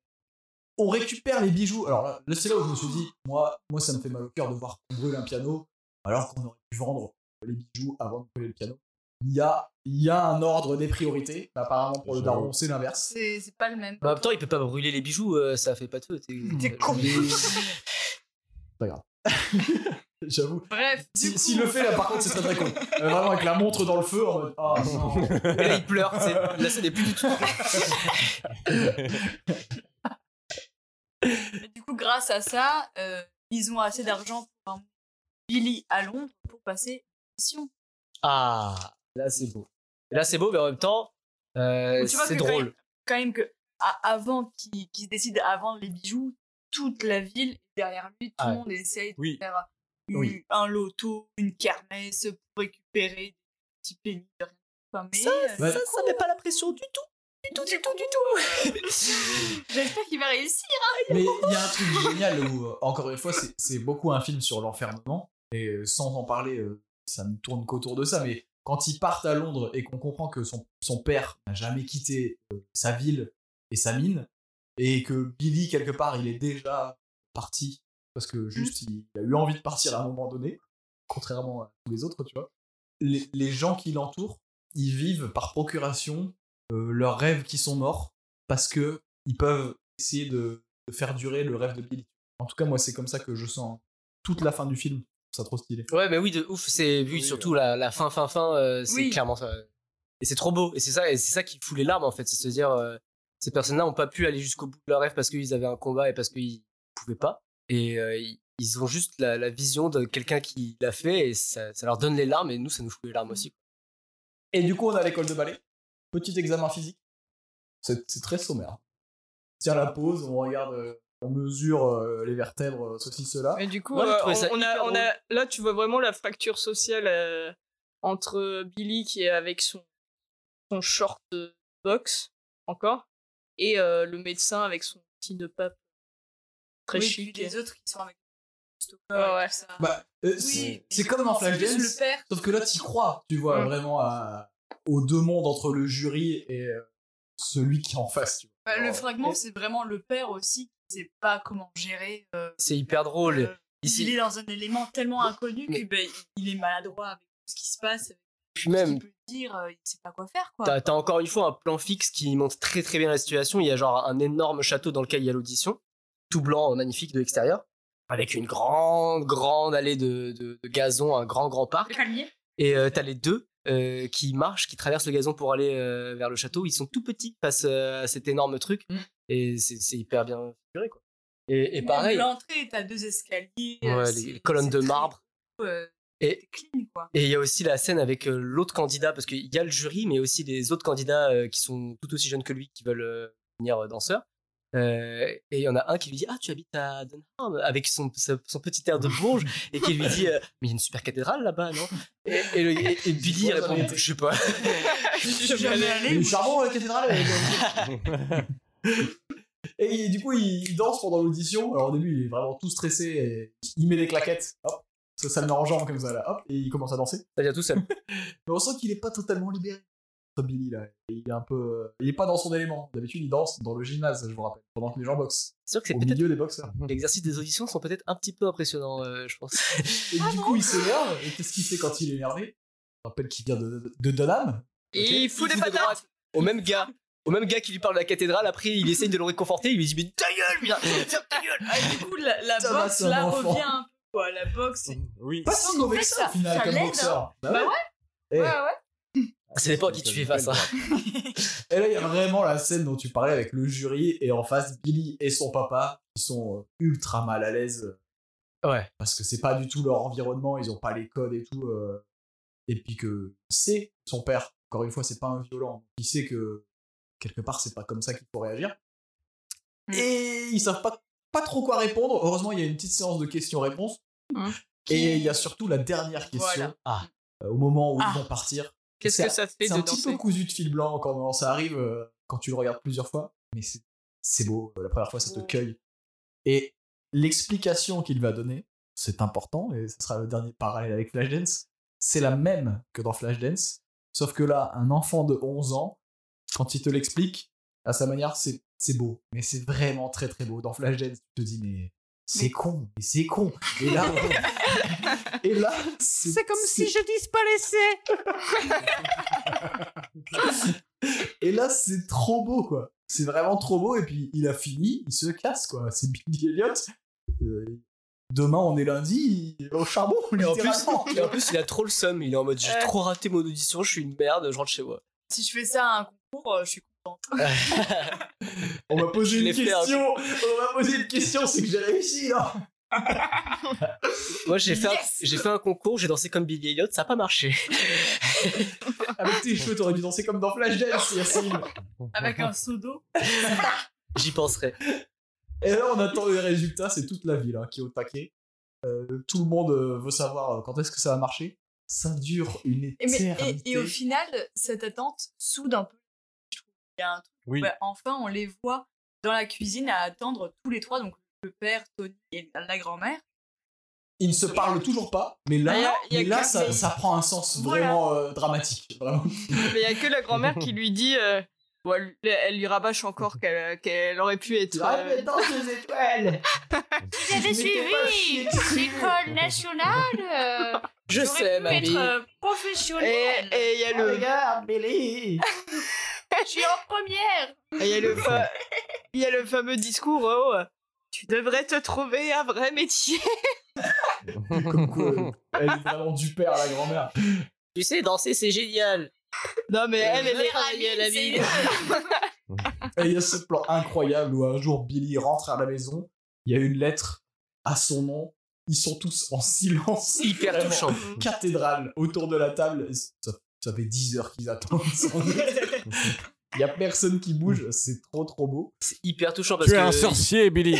S1: on récupère les bijoux. Alors là, là, c'est là où je me suis dit, moi, moi ça me fait mal au cœur de voir qu'on brûle un piano alors qu'on aurait pu vendre les bijoux avant de brûler le piano. Il y a, il y a un ordre des priorités. Apparemment pour le
S4: J'avoue.
S1: daron c'est l'inverse.
S3: C'est c'est pas le même.
S2: Bah, en même temps, il peut pas brûler les bijoux, euh, ça fait pas de feu. t'es- Euh,
S3: T'es con.
S1: J'avoue.
S5: Bref, du
S1: Si-
S5: coup,
S1: S'il le fait là par contre c'est très très con. Euh, vraiment avec la montre dans le feu en mode, Ah, non.
S2: Et là, il pleure. c'est- Là, c'est plus du tout.
S3: Mais du coup, grâce à ça, euh, ils ont assez d'argent pour un Billy à Londres pour passer une mission.
S2: Ah, là, c'est beau. Là, c'est beau, mais en même temps, euh,
S3: Mais tu vois
S2: c'est
S3: que quand
S2: drôle.
S3: Quand même que à- avant qu'il qu'il se décide à vendre les bijoux, toute la ville est derrière lui, tout
S2: Ah
S3: le
S2: ouais.
S3: monde essaye de
S4: Oui.
S3: faire une-
S1: Oui.
S3: un loto, une kermesse pour récupérer des petits pénis. de rien. Enfin, mais, euh,
S1: Ouais.
S2: Ça met pas la pression du tout.
S3: du tout, du tout, du tout. J'espère qu'il va réussir.
S1: Mais il y a un truc génial où, euh, encore une fois, c'est- c'est beaucoup un film sur l'enfermement. Et euh, sans en parler, euh, ça ne tourne qu'autour de ça. Mais quand ils partent à Londres et qu'on comprend que son, son père n'a jamais quitté euh, sa ville et sa mine, et que Billy, quelque part, il est déjà parti, parce que juste, il a eu envie de partir à un moment donné, contrairement à tous les autres, tu vois. Les, les gens qui l'entourent, ils vivent par procuration euh, leurs rêves qui sont morts, parce que ils peuvent essayer de, de faire durer le rêve de Billy. En tout cas, moi, c'est comme ça que je sens toute la fin du film. Ça trop stylé.
S2: Ouais, mais oui, de ouf. C'est vu
S1: Oui,
S2: surtout la, la fin, fin, fin. euh, c'est
S3: Oui.
S2: clairement ça. Et c'est trop beau. Et c'est ça, et c'est ça qui fout les larmes en fait. C'est se dire, euh, ces personnes-là ont pas pu aller jusqu'au bout de leur rêve parce qu'ils avaient un combat et parce qu'ils pouvaient pas. Et euh, ils, ils ont juste la, la vision de quelqu'un qui l'a fait et ça, ça leur donne les larmes. Et nous, ça nous fout les larmes aussi.
S1: Et du coup, on a l'école de ballet. Petit examen physique. C'est c'est très sommaire. Tiens la pause, on regarde, euh, on mesure euh, les vertèbres, euh, ceci, cela.
S5: Mais du coup,
S2: Moi, j'ai
S5: euh,
S2: trouvé ça
S5: on, on a,
S2: hyper
S5: on a, là, tu vois vraiment la fracture sociale euh, entre Billy qui est avec son, son short euh, box, encore, et euh, le médecin avec son petit nœud pape très
S3: Oui, puis
S5: chic.
S3: les autres qui sont avec Christopher
S5: Ouais,
S3: et
S5: ouais.
S3: tout ça.
S1: Bah, euh,
S3: Oui,
S1: c'est- c'est comme dans
S3: c'est juste Mmh.
S1: Flashdance,
S3: le père
S1: sauf que là, t'y crois, tu vois,
S5: Mm.
S1: vraiment à- aux deux mondes entre le jury et euh, celui qui est en face. Tu vois.
S3: Bah, le
S1: Alors,
S3: fragment,
S1: Oh. et-
S3: c'est vraiment le père aussi qui sait pas comment gérer. euh,
S2: C'est hyper
S1: Oh,
S2: drôle.
S3: euh,
S2: Ici-
S3: Il est dans un élément tellement inconnu
S2: Mais-
S3: qu'il est maladroit avec tout ce qui se passe. avec
S2: Puis
S3: tout ce
S2: même,
S3: qu'il peut dire, euh, il sait pas quoi faire. quoi.
S2: t'as t'as encore une fois un plan fixe qui montre très très bien la situation. Il y a genre un énorme château dans lequel il y a l'audition, tout blanc, euh, magnifique de l'extérieur, avec une grande grande allée de, de- de gazon, un grand grand parc.
S3: Palmier.
S2: Et euh, t'as les deux euh, qui marchent, qui traversent le gazon pour aller euh, vers le château. Ils sont tout petits face euh, à cet énorme truc.
S1: Mm.
S2: Et c'est c'est hyper bien figuré quoi. Et, et
S3: Même
S2: pareil,
S3: L'entrée, t'as deux escaliers. euh,
S2: ouais,
S3: c'est-
S2: les, les colonnes
S3: c'est
S2: de
S3: très
S2: marbre.
S3: beau, euh,
S2: Et
S3: clean, quoi.
S2: et il y a aussi la scène avec euh, l'autre candidat, parce qu'il y a le jury, mais aussi des autres candidats euh, qui sont tout aussi jeunes que lui, qui veulent euh, devenir euh, danseurs. Euh, et il y en a un qui lui dit Ah, tu habites à Dunham avec son, sa- son petit air de bourge, et qui lui dit euh, Mais il y a une super cathédrale là-bas, non et, et le- et- et Billy
S1: Ouais, ça
S2: répond
S1: m'étonne.
S2: Je sais pas.
S3: Je suis jamais allé.
S1: Le
S3: moi.
S1: charbon à la cathédrale. Et du coup, il il danse pendant l'audition. Alors au début, il est vraiment tout stressé. Et il met des claquettes. Hop, ça, ça le met en jambe comme ça. Là. Hop, et il commence à danser.
S2: Ça vient tout seul.
S1: Mais on sent qu'il est pas totalement libéré. Notre Billy là, il est un peu, euh, il est pas dans son élément. D'habitude, il danse dans le gymnase, je vous rappelle, pendant que les gens boxent.
S2: C'est sûr que c'est
S1: Au
S2: peut-être.
S1: milieu des boxeurs.
S2: L'exercice des auditions sont peut-être un petit peu impressionnants, euh, je pense.
S1: Et du coup, il s'énerve. Et qu'est-ce qu'il fait quand il est énervé Je rappelle qu'il vient de, de Dunham.
S5: Il fout des patates.
S2: droite au même gars. Au même gars qui lui parle de la cathédrale, après il essaye de le réconforter, il lui dit Mais ta gueule, viens, ferme ta gueule
S3: Ah, du coup, la, la
S1: Ça va,
S3: boxe,
S1: c'est un
S3: là,
S1: enfant.
S3: revient un peu, quoi. La boxe,
S4: Oui.
S1: Pas si mauvais que ça, au final,
S3: ça
S1: comme
S3: l'aide,
S1: boxeur. Bah
S3: Bah
S1: ouais. Eh,
S3: Ouais, ouais.
S2: C'est dépend à qui tu fais face. hein.
S1: Et là, il y a vraiment la scène dont tu parlais avec le jury et en face Billy et son papa qui sont euh, ultra mal à l'aise euh,
S2: Ouais.
S1: parce que c'est pas du tout leur environnement, ils ont pas les codes et tout. euh, Et puis que il sait son père, encore une fois, c'est pas un violent, il sait que quelque part c'est pas comme ça qu'il faut réagir.
S5: Mm.
S1: Et ils savent pas, pas trop quoi répondre. Heureusement, il y a une petite séance de questions-réponses.
S5: Mm.
S1: Et il y a surtout la dernière question
S5: Voilà.
S2: Ah.
S1: euh, au moment où
S5: Ah.
S1: ils vont partir.
S5: Qu'est-ce que ça fait
S1: C'est
S5: de
S1: un petit peu
S5: danser
S1: cousu de fil blanc quand ça arrive, euh, quand tu le regardes plusieurs fois, mais c'est c'est beau, euh, la première fois ça te cueille. Et l'explication qu'il va donner, c'est important, et ce sera le dernier parallèle avec Flashdance, c'est la même que dans Flashdance, sauf que là, un enfant de 11 ans, quand il te l'explique, à sa manière, c'est c'est beau, mais c'est vraiment très très beau. Dans Flashdance, tu te dis, mais c'est con, mais c'est con. Et là, et là
S6: C'est comme si je dise pas laisser.
S1: Et là, c'est trop beau, quoi. C'est vraiment trop beau. Et puis, il a fini, il se casse, quoi. C'est Billy Elliot. Euh, demain, on est lundi, il est au charbon,
S2: Et en,
S1: littéralement.
S2: plus, et en plus, il a trop le seum, il est en mode J'ai
S5: Euh.
S2: trop raté mon audition, je suis une merde, je rentre chez moi.
S3: Si je fais ça à un concours, euh, je suis contente.
S1: on m'a posé
S2: je
S1: une
S2: l'ai fait, hein.
S1: question. On m'a posé une question, c'est que j'ai réussi, là.
S2: Moi j'ai fait, un-
S3: Yes
S2: j'ai fait un concours, j'ai dansé comme Billy Elliot, ça a pas marché.
S1: Avec tes cheveux, t'aurais dû danser comme dans Flashdance, Yacine.
S3: Avec un seau d'eau.
S2: J'y penserai.
S1: Et là, on attend les résultats, c'est toute la ville hein, qui est au taquet. Euh, tout le monde euh, veut savoir euh, quand est-ce que ça va marcher. Ça dure une
S3: Et, mais- et-
S1: éternité.
S3: et au final, cette attente soude un peu. Je trouve qu'il y a un truc.
S4: Oui.
S3: bah, enfin, on les voit dans la cuisine à attendre tous les trois, donc le père, Tony et la grand-mère.
S1: ils ne se parlent toujours pas, mais là,
S5: Ah, y a- y a
S1: mais là
S5: que-
S1: ça,
S5: mais-
S1: ça prend un sens
S5: Voilà.
S1: vraiment euh, dramatique. Vraiment.
S5: Mais il y a que la grand-mère qui lui dit. euh, bon, elle, elle lui rabâche encore qu'elle qu'elle aurait pu être.
S2: Ah,
S5: euh,
S6: Vous avez suivi l'école nationale. euh,
S2: Je
S6: j'aurais
S2: sais, Eh,
S6: pu
S2: mamie.
S6: être euh,
S5: Et
S6: professionnelle.
S5: et il y a le.
S1: Regarde, Billy
S2: eh.
S6: Je suis en première.
S5: Et Il y, a le fa- il y a le fameux discours euh, oh, Tu devrais te trouver un vrai métier.
S1: Comme quoi, euh, elle est vraiment du père à la grand-mère.
S2: Tu sais, danser c'est génial.
S5: Non, mais elle, elle
S2: je vais
S5: est.
S2: travailler à la
S6: c'est
S2: ville.
S1: Et il y a ce plan incroyable où un jour, Billy rentre à la maison, il y a une lettre à son nom, ils sont tous en silence.
S2: Hyper
S1: Vraiment.
S2: touchant.
S1: cathédrale autour de la table. Ça, ça fait 10 heures qu'ils attendent. Il y a personne qui bouge, c'est trop trop beau.
S2: C'est hyper touchant parce
S4: Tu es
S2: que.
S4: un sorcier, Billy.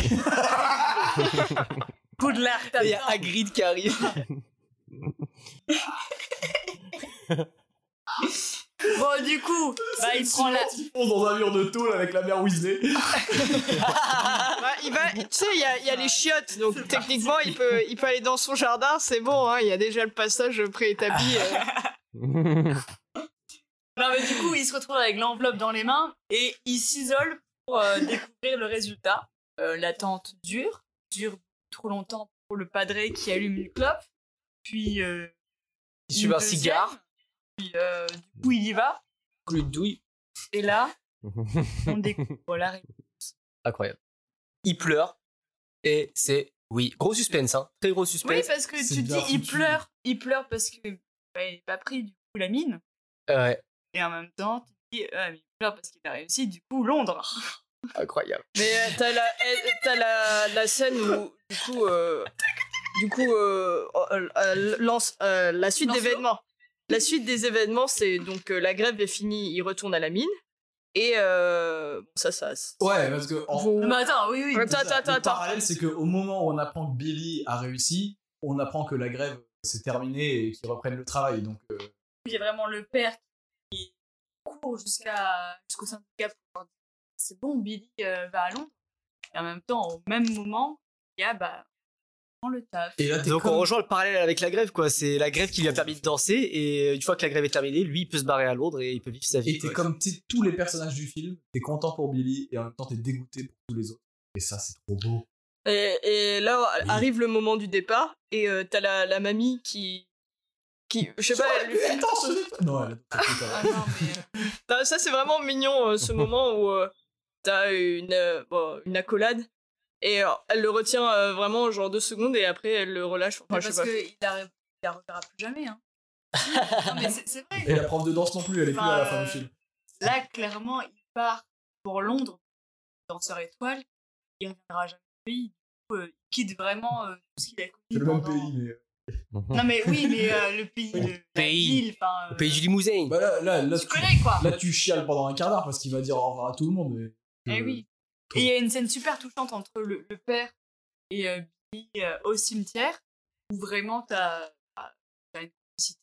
S3: Poudlard, t'as
S2: Il y a Hagrid qui arrive.
S3: Bon, du coup, bah, il prend la.
S1: Ils foncent dans un mur de tôle avec la mère Weasley.
S5: Ouais, Bah, il va, tu sais, il y a, il y a les chiottes, donc techniquement, il peut, il peut aller dans son jardin, c'est bon, hein, il y a déjà le passage préétabli. euh.
S3: Non, mais du coup, il se retrouve avec l'enveloppe dans les mains et il s'isole pour euh, découvrir le résultat. Euh, L'attente dure, dure trop longtemps pour le padré qui allume une clope, puis. euh,
S2: Il
S3: une
S2: suit un
S3: deuxième,
S2: cigare,
S3: Puis, euh, du coup, il y va.
S2: glue de douille.
S3: Et là, on découvre la réponse.
S2: Incroyable. Il pleure et c'est oui. Gros suspense, hein. Très gros
S3: Oui,
S2: suspense.
S3: parce que
S1: C'est
S3: tu dis,
S1: bien
S3: il
S1: foutu.
S3: pleure. Il pleure parce que bah, il n'est pas pris du coup la mine.
S2: Ouais,
S3: Et en même temps, tu te dis, ah, mais il pleure parce qu'il a réussi, du coup, Londres.
S2: incroyable.
S5: eh, Mais euh, t'as la, elle- t'as la, la scène où, du coup, euh, Du coup, euh, euh, euh, lance, euh, la suite
S3: Lancelot
S5: d'événements. La suite des événements, c'est donc euh, la grève est finie, il retourne à la mine. Et euh, ça, ça. ça-
S1: Ouais, parce que. en-
S5: Vous-
S3: Mais attends, oui, oui.
S5: Ouais. Attends,
S1: c'est ça.
S5: attends,
S1: Le
S5: attends.
S1: parallèle, c'est qu'au moment où on apprend que Billy a réussi, on apprend que la grève s'est terminée et qu'ils reprennent le travail. Donc, euh,
S3: Il y a vraiment le père qui court jusqu'à jusqu'au syndicat pour leur dire c'est bon, Billy euh, va à Londres. Et en même temps, au même moment, il y a bah, on prend le taf.
S1: Et là, t'es
S2: Donc on
S1: comme-
S2: rejoint le parallèle avec la grève, quoi. C'est la grève qui lui a permis de danser, et euh, une fois que la grève est terminée, lui, il peut se barrer à Londres et il peut vivre sa vie.
S1: Et t'es
S2: quoi.
S1: comme t'sais, tous les personnages du film, t'es content pour Billy et en même temps t'es dégoûté pour tous les autres. Et ça, c'est trop beau.
S5: Et, et là arrive le moment du départ et euh, t'as la, la mamie qui, qui, je sais pas, elle lui fait-
S1: Attends, ce n'est pas- Non, elle a tout fait,
S3: Ah
S1: quand même.
S3: non, mais, euh,
S5: Non, ça c'est vraiment mignon euh, ce moment où euh, t'as une euh, bon, une accolade et euh, elle le retient euh, vraiment genre deux secondes et après elle le relâche. Enfin,
S3: mais
S5: je sais
S3: parce
S5: pas.
S3: qu'il la, re- il la reverra plus jamais. Hein. non, mais c'est c'est vrai.
S1: Et la prof de danse non plus, elle est plus là à la fin du film.
S3: Là, clairement, il part pour Londres, danseur étoile. Il reviendra jamais au pays. Du coup, euh, il quitte vraiment euh, tout ce qu'il a connu.
S1: C'est le même
S3: pendant-
S1: pays, mais. euh,
S3: Non, mais oui, mais euh, le pays,
S1: Oui.
S3: le
S2: Pays.
S3: La ville, enfin, euh,
S2: Au pays du Limousin.
S1: Bah là, là, là,
S3: tu
S1: tu,
S3: connais quoi.
S1: là, tu chiales pendant un quart d'heure parce qu'il va dire au revoir à tout le monde. mais-
S3: Eh
S1: Euh,
S3: oui.
S1: Cool.
S3: Et il y a une scène super touchante entre le, le père et euh, Billy euh, au cimetière, où vraiment t'as t'as- t'as une complicité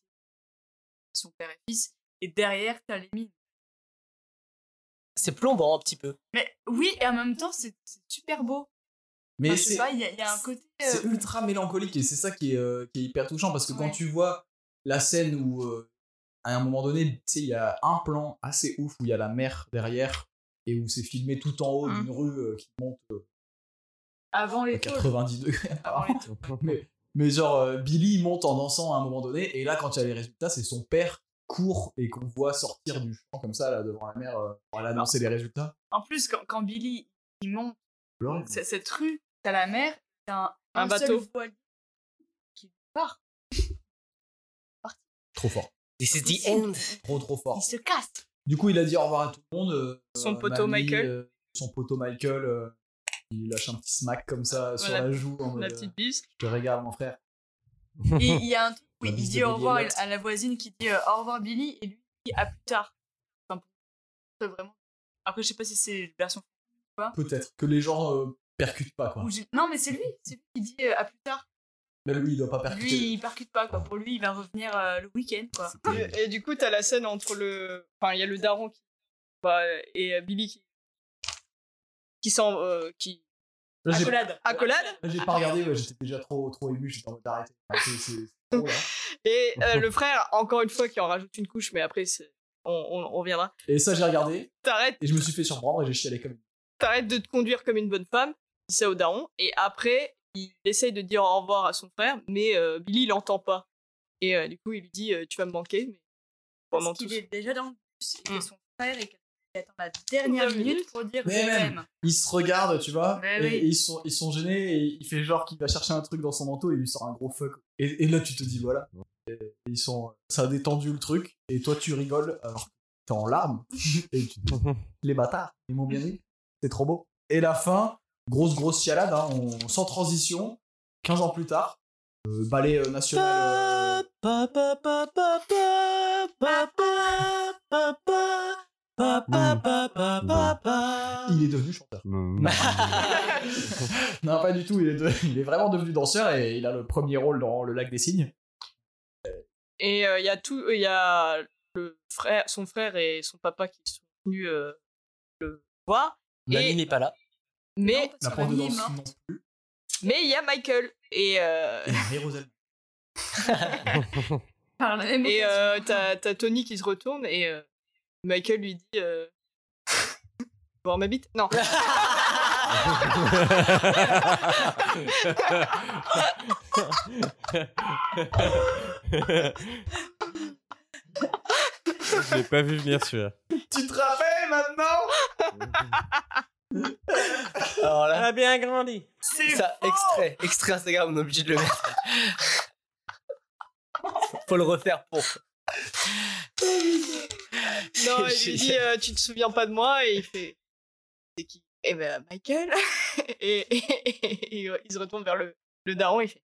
S3: son père et fils, et derrière t'as les mines.
S2: C'est plombant un petit peu.
S3: Mais oui, et en même temps, c'est c'est super beau.
S1: Mais
S3: Enfin, je sais
S1: c'est
S3: pas, il y, a- il y a un côté. euh,
S1: c'est ultra mélancolique et c'est ça qui est, euh, qui est hyper touchant parce que quand
S3: Ouais.
S1: tu vois la scène où euh, à un moment donné, tu sais, il y a un plan assez ouf où il y a la mer derrière et où c'est filmé tout en haut
S3: Mmh.
S1: d'une rue euh, qui monte euh,
S3: avant
S1: à
S3: les tôles.
S1: 90 degrés.
S3: Avant les
S1: mais, mais genre, euh, Billy monte en dansant à un moment donné et là, quand il y a les résultats, c'est son père court et qu'on voit sortir du champ comme ça là devant la mer euh, pour aller annoncer les résultats.
S3: En plus, quand, quand Billy il monte
S1: Laurent,
S3: c- cette rue, t'as la mer, t'as un,
S5: Un
S3: un seul
S5: bateau.
S3: voilier qui part.
S1: Trop fort,
S2: This is the end.
S1: trop trop fort.
S3: Il se casse.
S1: Du coup, il a dit au revoir à tout le monde. euh,
S5: Son poteau Michael.
S1: euh, son poteau Michael. euh, il lui lâche un petit smack comme ça sur
S5: Voilà.
S1: la joue. en
S5: La
S1: mode,
S5: petite bise.
S1: euh, Je te regarde, mon frère.
S3: Et il y a un truc où
S1: La
S3: il
S1: bise
S3: dit
S1: de
S3: au
S1: Billy
S3: revoir
S1: Elliot.
S3: à la voisine qui dit euh, au revoir Billy et lui dit à plus tard. Enfin, c'est vraiment. Après, je sais pas si c'est la version.
S1: Peut-être que les gens euh, percutent pas, quoi.
S3: où j'ai- Non, mais c'est lui, c'est lui qui dit euh, à plus tard.
S1: Là, lui, il doit pas
S3: Lui,
S1: percuter.
S3: il percute pas quoi. Pour lui, il va revenir euh, le week-end quoi.
S5: Et, et du coup t'as la scène entre le, enfin il y a le daron qui, bah, et euh, Billy qui, qui s'en, euh, qui
S1: Là, j'ai-
S3: Accolade.
S5: accolade
S1: là, j'ai pas regardé, ouais, j'étais déjà trop, trop ému, j'étais en mode d'arrêter. hein.
S5: et euh, le frère encore une fois qui en rajoute une couche mais après c'est, on, on, on reviendra.
S1: Et ça, j'ai regardé,
S5: T'arrêtes
S1: et je me suis fait surprendre et j'ai chialé comme
S5: t'arrêtes de te conduire comme une bonne femme, dit ça au daron, et après, il essaye de dire au revoir à son frère, mais euh, Billy, il l'entend pas. Et euh, du coup, il lui dit, euh, tu vas me manquer, mais pendant
S3: Parce
S5: tout.
S3: qu'il
S5: ce-
S3: est déjà dans le bus et
S5: Mm.
S3: que son frère et qu'il attend la dernière
S5: Deux
S3: minute
S5: minutes.
S3: pour dire
S1: Mais
S3: je
S1: même.
S3: t'aime.
S1: Ils se regardent, tu vois,
S3: Ouais,
S1: et,
S3: oui.
S1: et ils, sont, ils sont gênés, et il fait genre qu'il va chercher un truc dans son manteau, et il lui sort un gros fuck. Et, et là, tu te dis, voilà. Et ils sont, ça a détendu le truc, et toi, tu rigoles, alors que t'es en larmes. et tu te dis, les bâtards, ils m'ont bien dit, c'est trop beau. Et la fin, grosse, grosse chialade, hein, on, sans transition, 15 ans plus tard, euh, ballet euh, national. euh,
S2: Mm.
S1: il est devenu chanteur. Non, pas du tout. Il est, de- il est vraiment devenu danseur et il a le premier rôle dans Le Lac des Cygnes.
S5: Et euh, il y a tout, il y a le frère, son frère et son papa qui sont venus euh, le voir,
S2: Mamie n'est pas là.
S5: mais
S1: La prof de danse
S3: hein,
S2: hein.
S1: non plus.
S5: mais il y a Michael et euh,
S1: Et Jérusalem.
S3: Par la même
S5: et
S3: occasion.
S5: euh, t'as t'as Tony qui se retourne et euh, Michael lui dit. Euh, Voir ma bite Non.
S4: J'ai pas vu venir celui-là.
S1: Tu te rappelles maintenant
S2: Alors là,
S4: a bien grandi.
S2: ça, extrait, extrait Instagram, on est obligé de le mettre. Faut le refaire pour.
S5: Non, il lui dit euh, tu te souviens pas de moi et il fait c'est qui Eh ben Michael et, et- et- et il se retourne vers le, le daron et il fait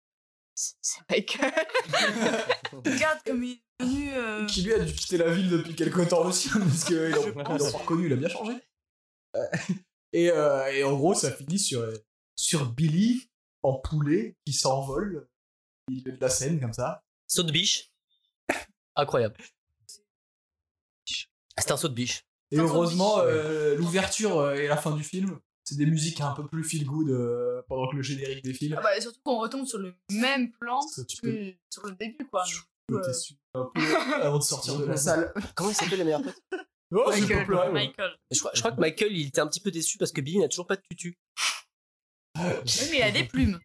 S5: c'est- c'est Michael. euh,
S3: Regarde comme il est venu. euh,
S1: Qui lui a dû quitter la ville depuis quelque temps aussi, hein, parce qu'il l'a ils l'ont pas reconnu, il a bien changé. Euh, et, euh, et en gros, ça finit sur, euh, sur Billy en poulet qui s'envole au milieu de la scène comme ça.
S2: Saut de biche. Incroyable. C'est un saut de biche.
S1: Et heureusement, euh, l'ouverture euh, et la fin du film, c'est des musiques un peu plus feel good euh, pendant que le générique défile.
S3: Ah bah, et surtout qu'on retombe sur le même plan
S1: Parce que tu peux
S3: que sur le début, quoi.
S1: le
S2: euh,
S1: dessus un peu avant de sortir de la salle.
S2: Comment il s'appelle le meilleur pote
S1: Oh, j'ai pas
S3: euh, Michael,
S1: pleuré, ouais.
S3: Michael.
S2: je crois, je crois que Michael, il était un petit peu déçu parce que Billy n'a toujours pas de tutu.
S3: Oui, mais il a des plumes.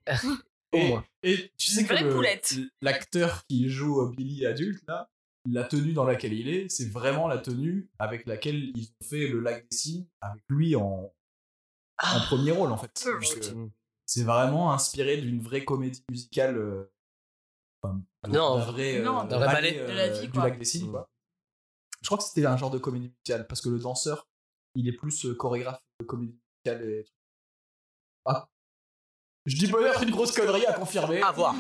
S2: Au
S1: Et,
S2: moins.
S1: et tu sais
S3: Une
S1: que
S3: vraie
S1: le-
S3: poulette.
S1: l'acteur qui joue euh, Billy adulte là, la tenue dans laquelle il est, c'est vraiment la tenue avec laquelle ils ont fait le lac des signes avec lui en,
S3: Ah,
S1: en premier rôle en fait.
S3: Putain.
S1: Donc,
S2: Mm.
S1: euh, C'est vraiment inspiré d'une vraie comédie musicale. euh, enfin, de-
S2: Non,
S1: d'un vrai,
S3: non,
S1: euh,
S2: d'un vrai
S1: ballet,
S2: ballet.
S1: euh,
S3: De la vie,
S1: du
S3: quoi.
S1: lac des signes quoi. Mmh. Je crois que c'était un genre de comédie musicale parce que le danseur, il est plus euh, chorégraphe de comédie musicale et Ah. Je dis bonheur, une grosse connerie à confirmer.
S2: À voir.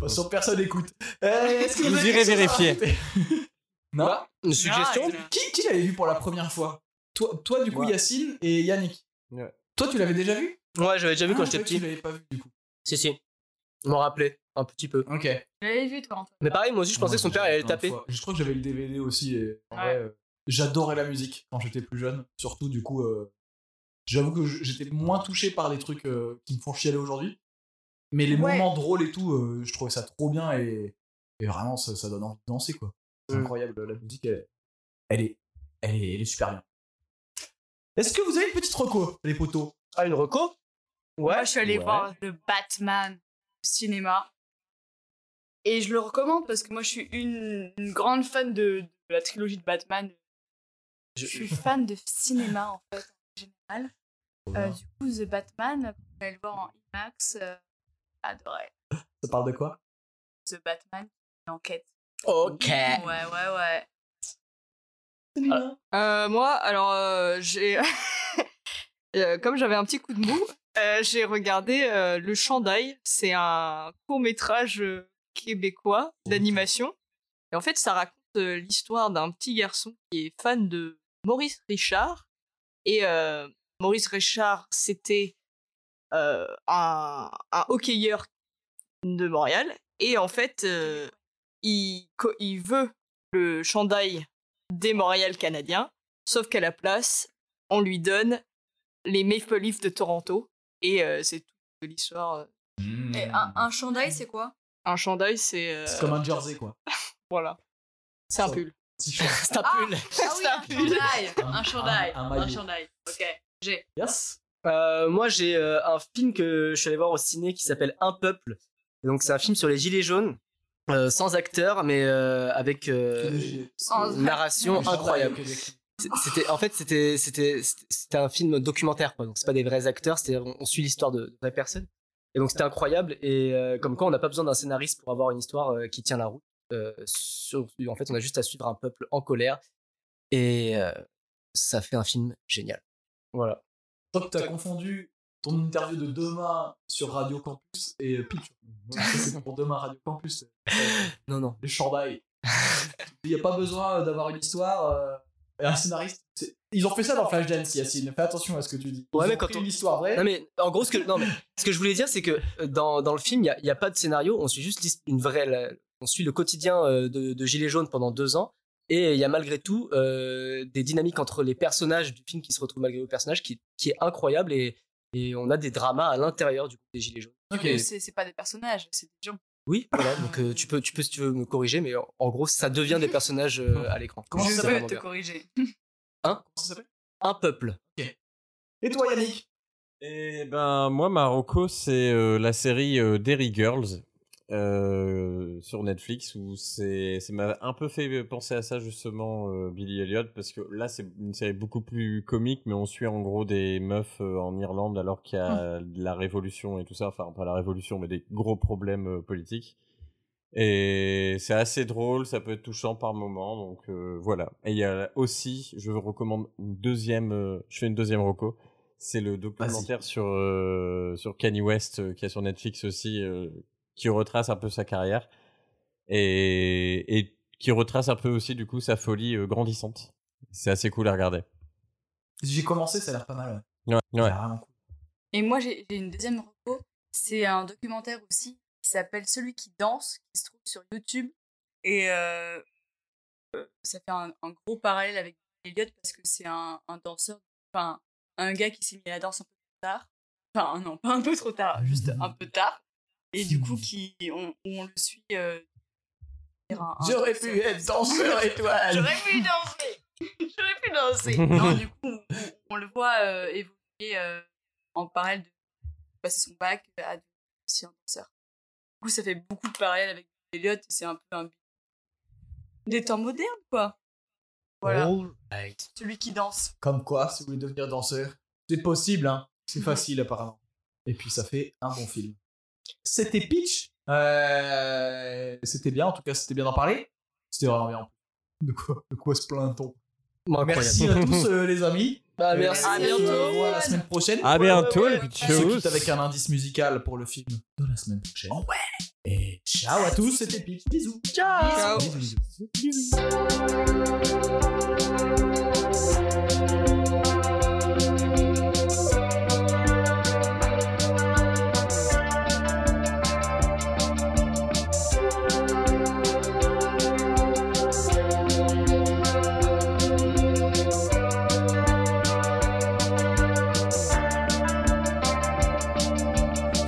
S1: Pas sûr que personne écoute. Euh, est-ce que
S4: Vous
S1: avez quelque
S4: irez
S1: chose à
S4: vérifier.
S1: rajouter Non.
S2: Une suggestion
S5: Ah,
S1: qui qui l'avait vu pour la première fois toi, toi, du coup,
S4: Moi.
S1: Yacine et Yannick.
S4: Ouais.
S1: Toi, tu l'avais déjà vu
S2: Ouais, j'avais déjà vu quand
S1: Ah,
S2: j'étais
S1: toi, Tu
S2: petit.
S1: l'avais pas vu, du coup.
S2: Si, si. Je m'en rappelais un petit peu.
S1: Ok.
S3: Je l'avais vu, toi, Antoine.
S2: Mais pareil, moi aussi, je pensais que son père allait le taper.
S1: Je crois que j'avais le DVD aussi. Et, en
S3: Ouais.
S1: vrai, euh, j'adorais la musique quand j'étais plus jeune. Surtout, du coup, euh, j'avoue que je- j'étais moins touché par les trucs euh, qui me font chialer aujourd'hui. Mais les
S3: Ouais.
S1: moments drôles et tout, euh, je trouvais ça trop bien et, et vraiment, ça, ça donne envie de danser, quoi. C'est
S2: Mm.
S1: incroyable, la musique, elle, elle est, elle, est, elle est super bien. Est-ce que vous avez une petite reco, les poteaux
S2: Ah, une reco
S3: Moi, je suis allée
S4: Ouais.
S3: voir le Batman au cinéma. Et je le recommande parce que moi, je suis une, une grande fan de, de la trilogie de Batman. Je suis fan de cinéma, en fait, en général. Euh, du coup, The Batman, vous pouvez le voir en IMAX. euh, adoré.
S1: Ça parle de quoi
S3: The Batman, une enquête.
S2: Ok.
S3: Ouais, ouais, ouais.
S5: Euh, moi, alors, euh, j'ai. Euh, Comme j'avais un petit coup de mou, euh, j'ai regardé euh, Le Chandail. C'est un court métrage québécois d'animation. Et en fait, ça raconte euh, l'histoire d'un petit garçon qui est fan de Maurice Richard. Et euh, Maurice Richard, c'était euh, un, un hockeyeur de Montréal. Et en fait, euh, il, co- il veut le chandail des Montréal canadiens, sauf qu'à la place, on lui donne les Maple Leafs de Toronto. Et euh, c'est toute l'histoire. euh,
S3: Et
S1: Hmm.
S3: un, un chandail, c'est quoi
S5: Un chandail, c'est. euh,
S1: C'est comme un jersey, quoi.
S5: Voilà. C'est un
S1: Ça-
S5: pull.
S1: T-shirt.
S2: C'est un
S3: Ah.
S2: pull.
S3: Ah oui,
S5: Ça
S3: un
S5: pue.
S3: chandail
S1: Un-
S3: Un chandail
S1: un- un maillot.
S3: Un chandail. Ok, j'ai.
S1: Yes.
S2: Euh, moi, j'ai euh, un film que je suis allé voir au ciné qui s'appelle Un peuple. Et donc, c'est un film sur les gilets jaunes, euh, sans acteur, mais euh, avec euh,
S3: Sans-
S2: une
S3: euh,
S2: narration
S1: Le chandail
S2: incroyable.
S1: au Québec.
S2: C'est- C'était, en fait, c'était, c'était, c'était- c'était un film documentaire, quoi. Donc, c'est pas des vrais acteurs, c'est on, on suit l'histoire de, de vraies personnes. Et donc, c'était incroyable. Et euh, comme quoi, on n'a pas besoin d'un scénariste pour avoir une histoire euh, qui tient la route. Euh, sur- en fait, on a juste à suivre un peuple en colère. Et euh, ça fait un film génial. Voilà.
S1: Toi, t'as confondu ton interview de demain sur Radio Campus et euh, Pitch. Ça, C'est pour demain Radio Campus.
S2: Non, non.
S1: Les chandails. Il n'y a pas besoin d'avoir une histoire. euh, et un scénariste. C'est- Ils ont fait ça dans Flashdance, Yacine. Fais attention à ce que tu dis. Ils
S2: Ouais, mais
S1: ont
S2: quand
S1: pris
S2: on-
S1: une histoire vraie.
S2: Non mais en gros ce que non mais ce que je voulais dire c'est que euh, dans, dans le film il n'y a, pas de scénario, on suit juste l'his- une vraie la- on suit le quotidien euh, de, de Gilet jaune pendant deux ans et il y a malgré tout euh, des dynamiques entre les personnages du film qui se retrouvent malgré aux personnages qui, qui est incroyable et, et on a des dramas à l'intérieur du coup, des Gilets jaunes.
S1: Ok.
S3: Mais C'est c'est pas des personnages, c'est des gens.
S2: Oui, voilà, donc euh, tu peux tu peux si tu veux me corriger mais en, en gros ça devient des personnages euh, à l'écran.
S1: Comment
S2: C'est
S1: ça
S3: Je
S2: vraiment
S3: peux te
S2: bien.
S3: corriger.
S1: Ça s'appelle
S2: Hein Un peuple.
S1: Et toi, Yannick
S4: Et ben moi Marocco c'est euh, la série euh, Derry Girls euh, sur Netflix où c'est ça m'a un peu fait penser à ça justement euh, Billy Elliot parce que là c'est une série beaucoup plus comique mais on suit en gros des meufs euh, en Irlande alors qu'il y a de la révolution et tout ça enfin pas la révolution mais des gros problèmes euh, politiques et c'est assez drôle ça peut être touchant par moment donc euh, voilà et il y a aussi je vous recommande une deuxième euh, je fais une deuxième reco c'est le documentaire sur, euh, sur Kanye West euh, qui a sur Netflix aussi, euh, qui retrace un peu sa carrière et, et qui retrace un peu aussi du coup sa folie euh, grandissante. C'est assez cool à regarder.
S1: J'ai commencé, ça a l'air pas mal. ouais.
S4: Ouais,
S1: Ça a
S4: ouais.
S1: l'air vraiment cool.
S3: Et moi, j'ai j'ai une deuxième reco. C'est un documentaire aussi qui s'appelle Celui qui danse, qui se trouve sur YouTube. Et euh, euh, ça fait un, un gros parallèle avec Elliot parce que c'est un, un danseur, enfin, un gars qui s'est mis à la danse un peu trop tard. Enfin, non, pas un peu trop tard, juste
S1: Mmh.
S3: un peu tard. Et du coup, qui, on, on le suit. euh, un- un
S1: J'aurais
S3: danseur.
S1: pu être danseur étoile.
S5: J'aurais pu danser. J'aurais pu danser.
S3: Non, du coup, on, on le voit euh, évoluer euh, en parallèle de passer son bac euh, à devenir aussi un danseur. Du coup, ça fait beaucoup de parallèles avec Elliot, c'est un peu un des temps modernes, quoi. Voilà,
S2: Right.
S3: celui qui danse.
S1: Comme quoi, si vous voulez devenir danseur, c'est possible, hein. C'est facile apparemment. Et puis ça fait un bon film. C'était Pitch. Euh, C'était bien, en tout cas, c'était bien d'en parler. C'était vraiment bien. De quoi, de quoi se plaint-on Merci à tous euh, les amis.
S5: Ah,
S2: Bah, merci.
S1: Euh,
S3: À bientôt.
S1: on se voit la semaine prochaine.
S4: À bientôt les
S1: On se quitte avec un indice musical pour le film de la semaine prochaine. ouais. Et ciao à tous, c'était Pitch. Bisous.
S5: Ciao.
S1: Bisous, bisous.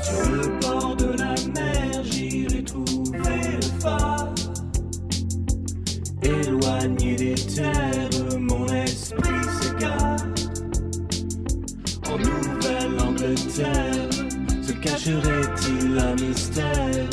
S7: Sur le bord de la mer, j'irai trouver le phare. Éloigné des terres, mon esprit s'égare. En Nouvelle-Angleterre, se cacherait-il un mystère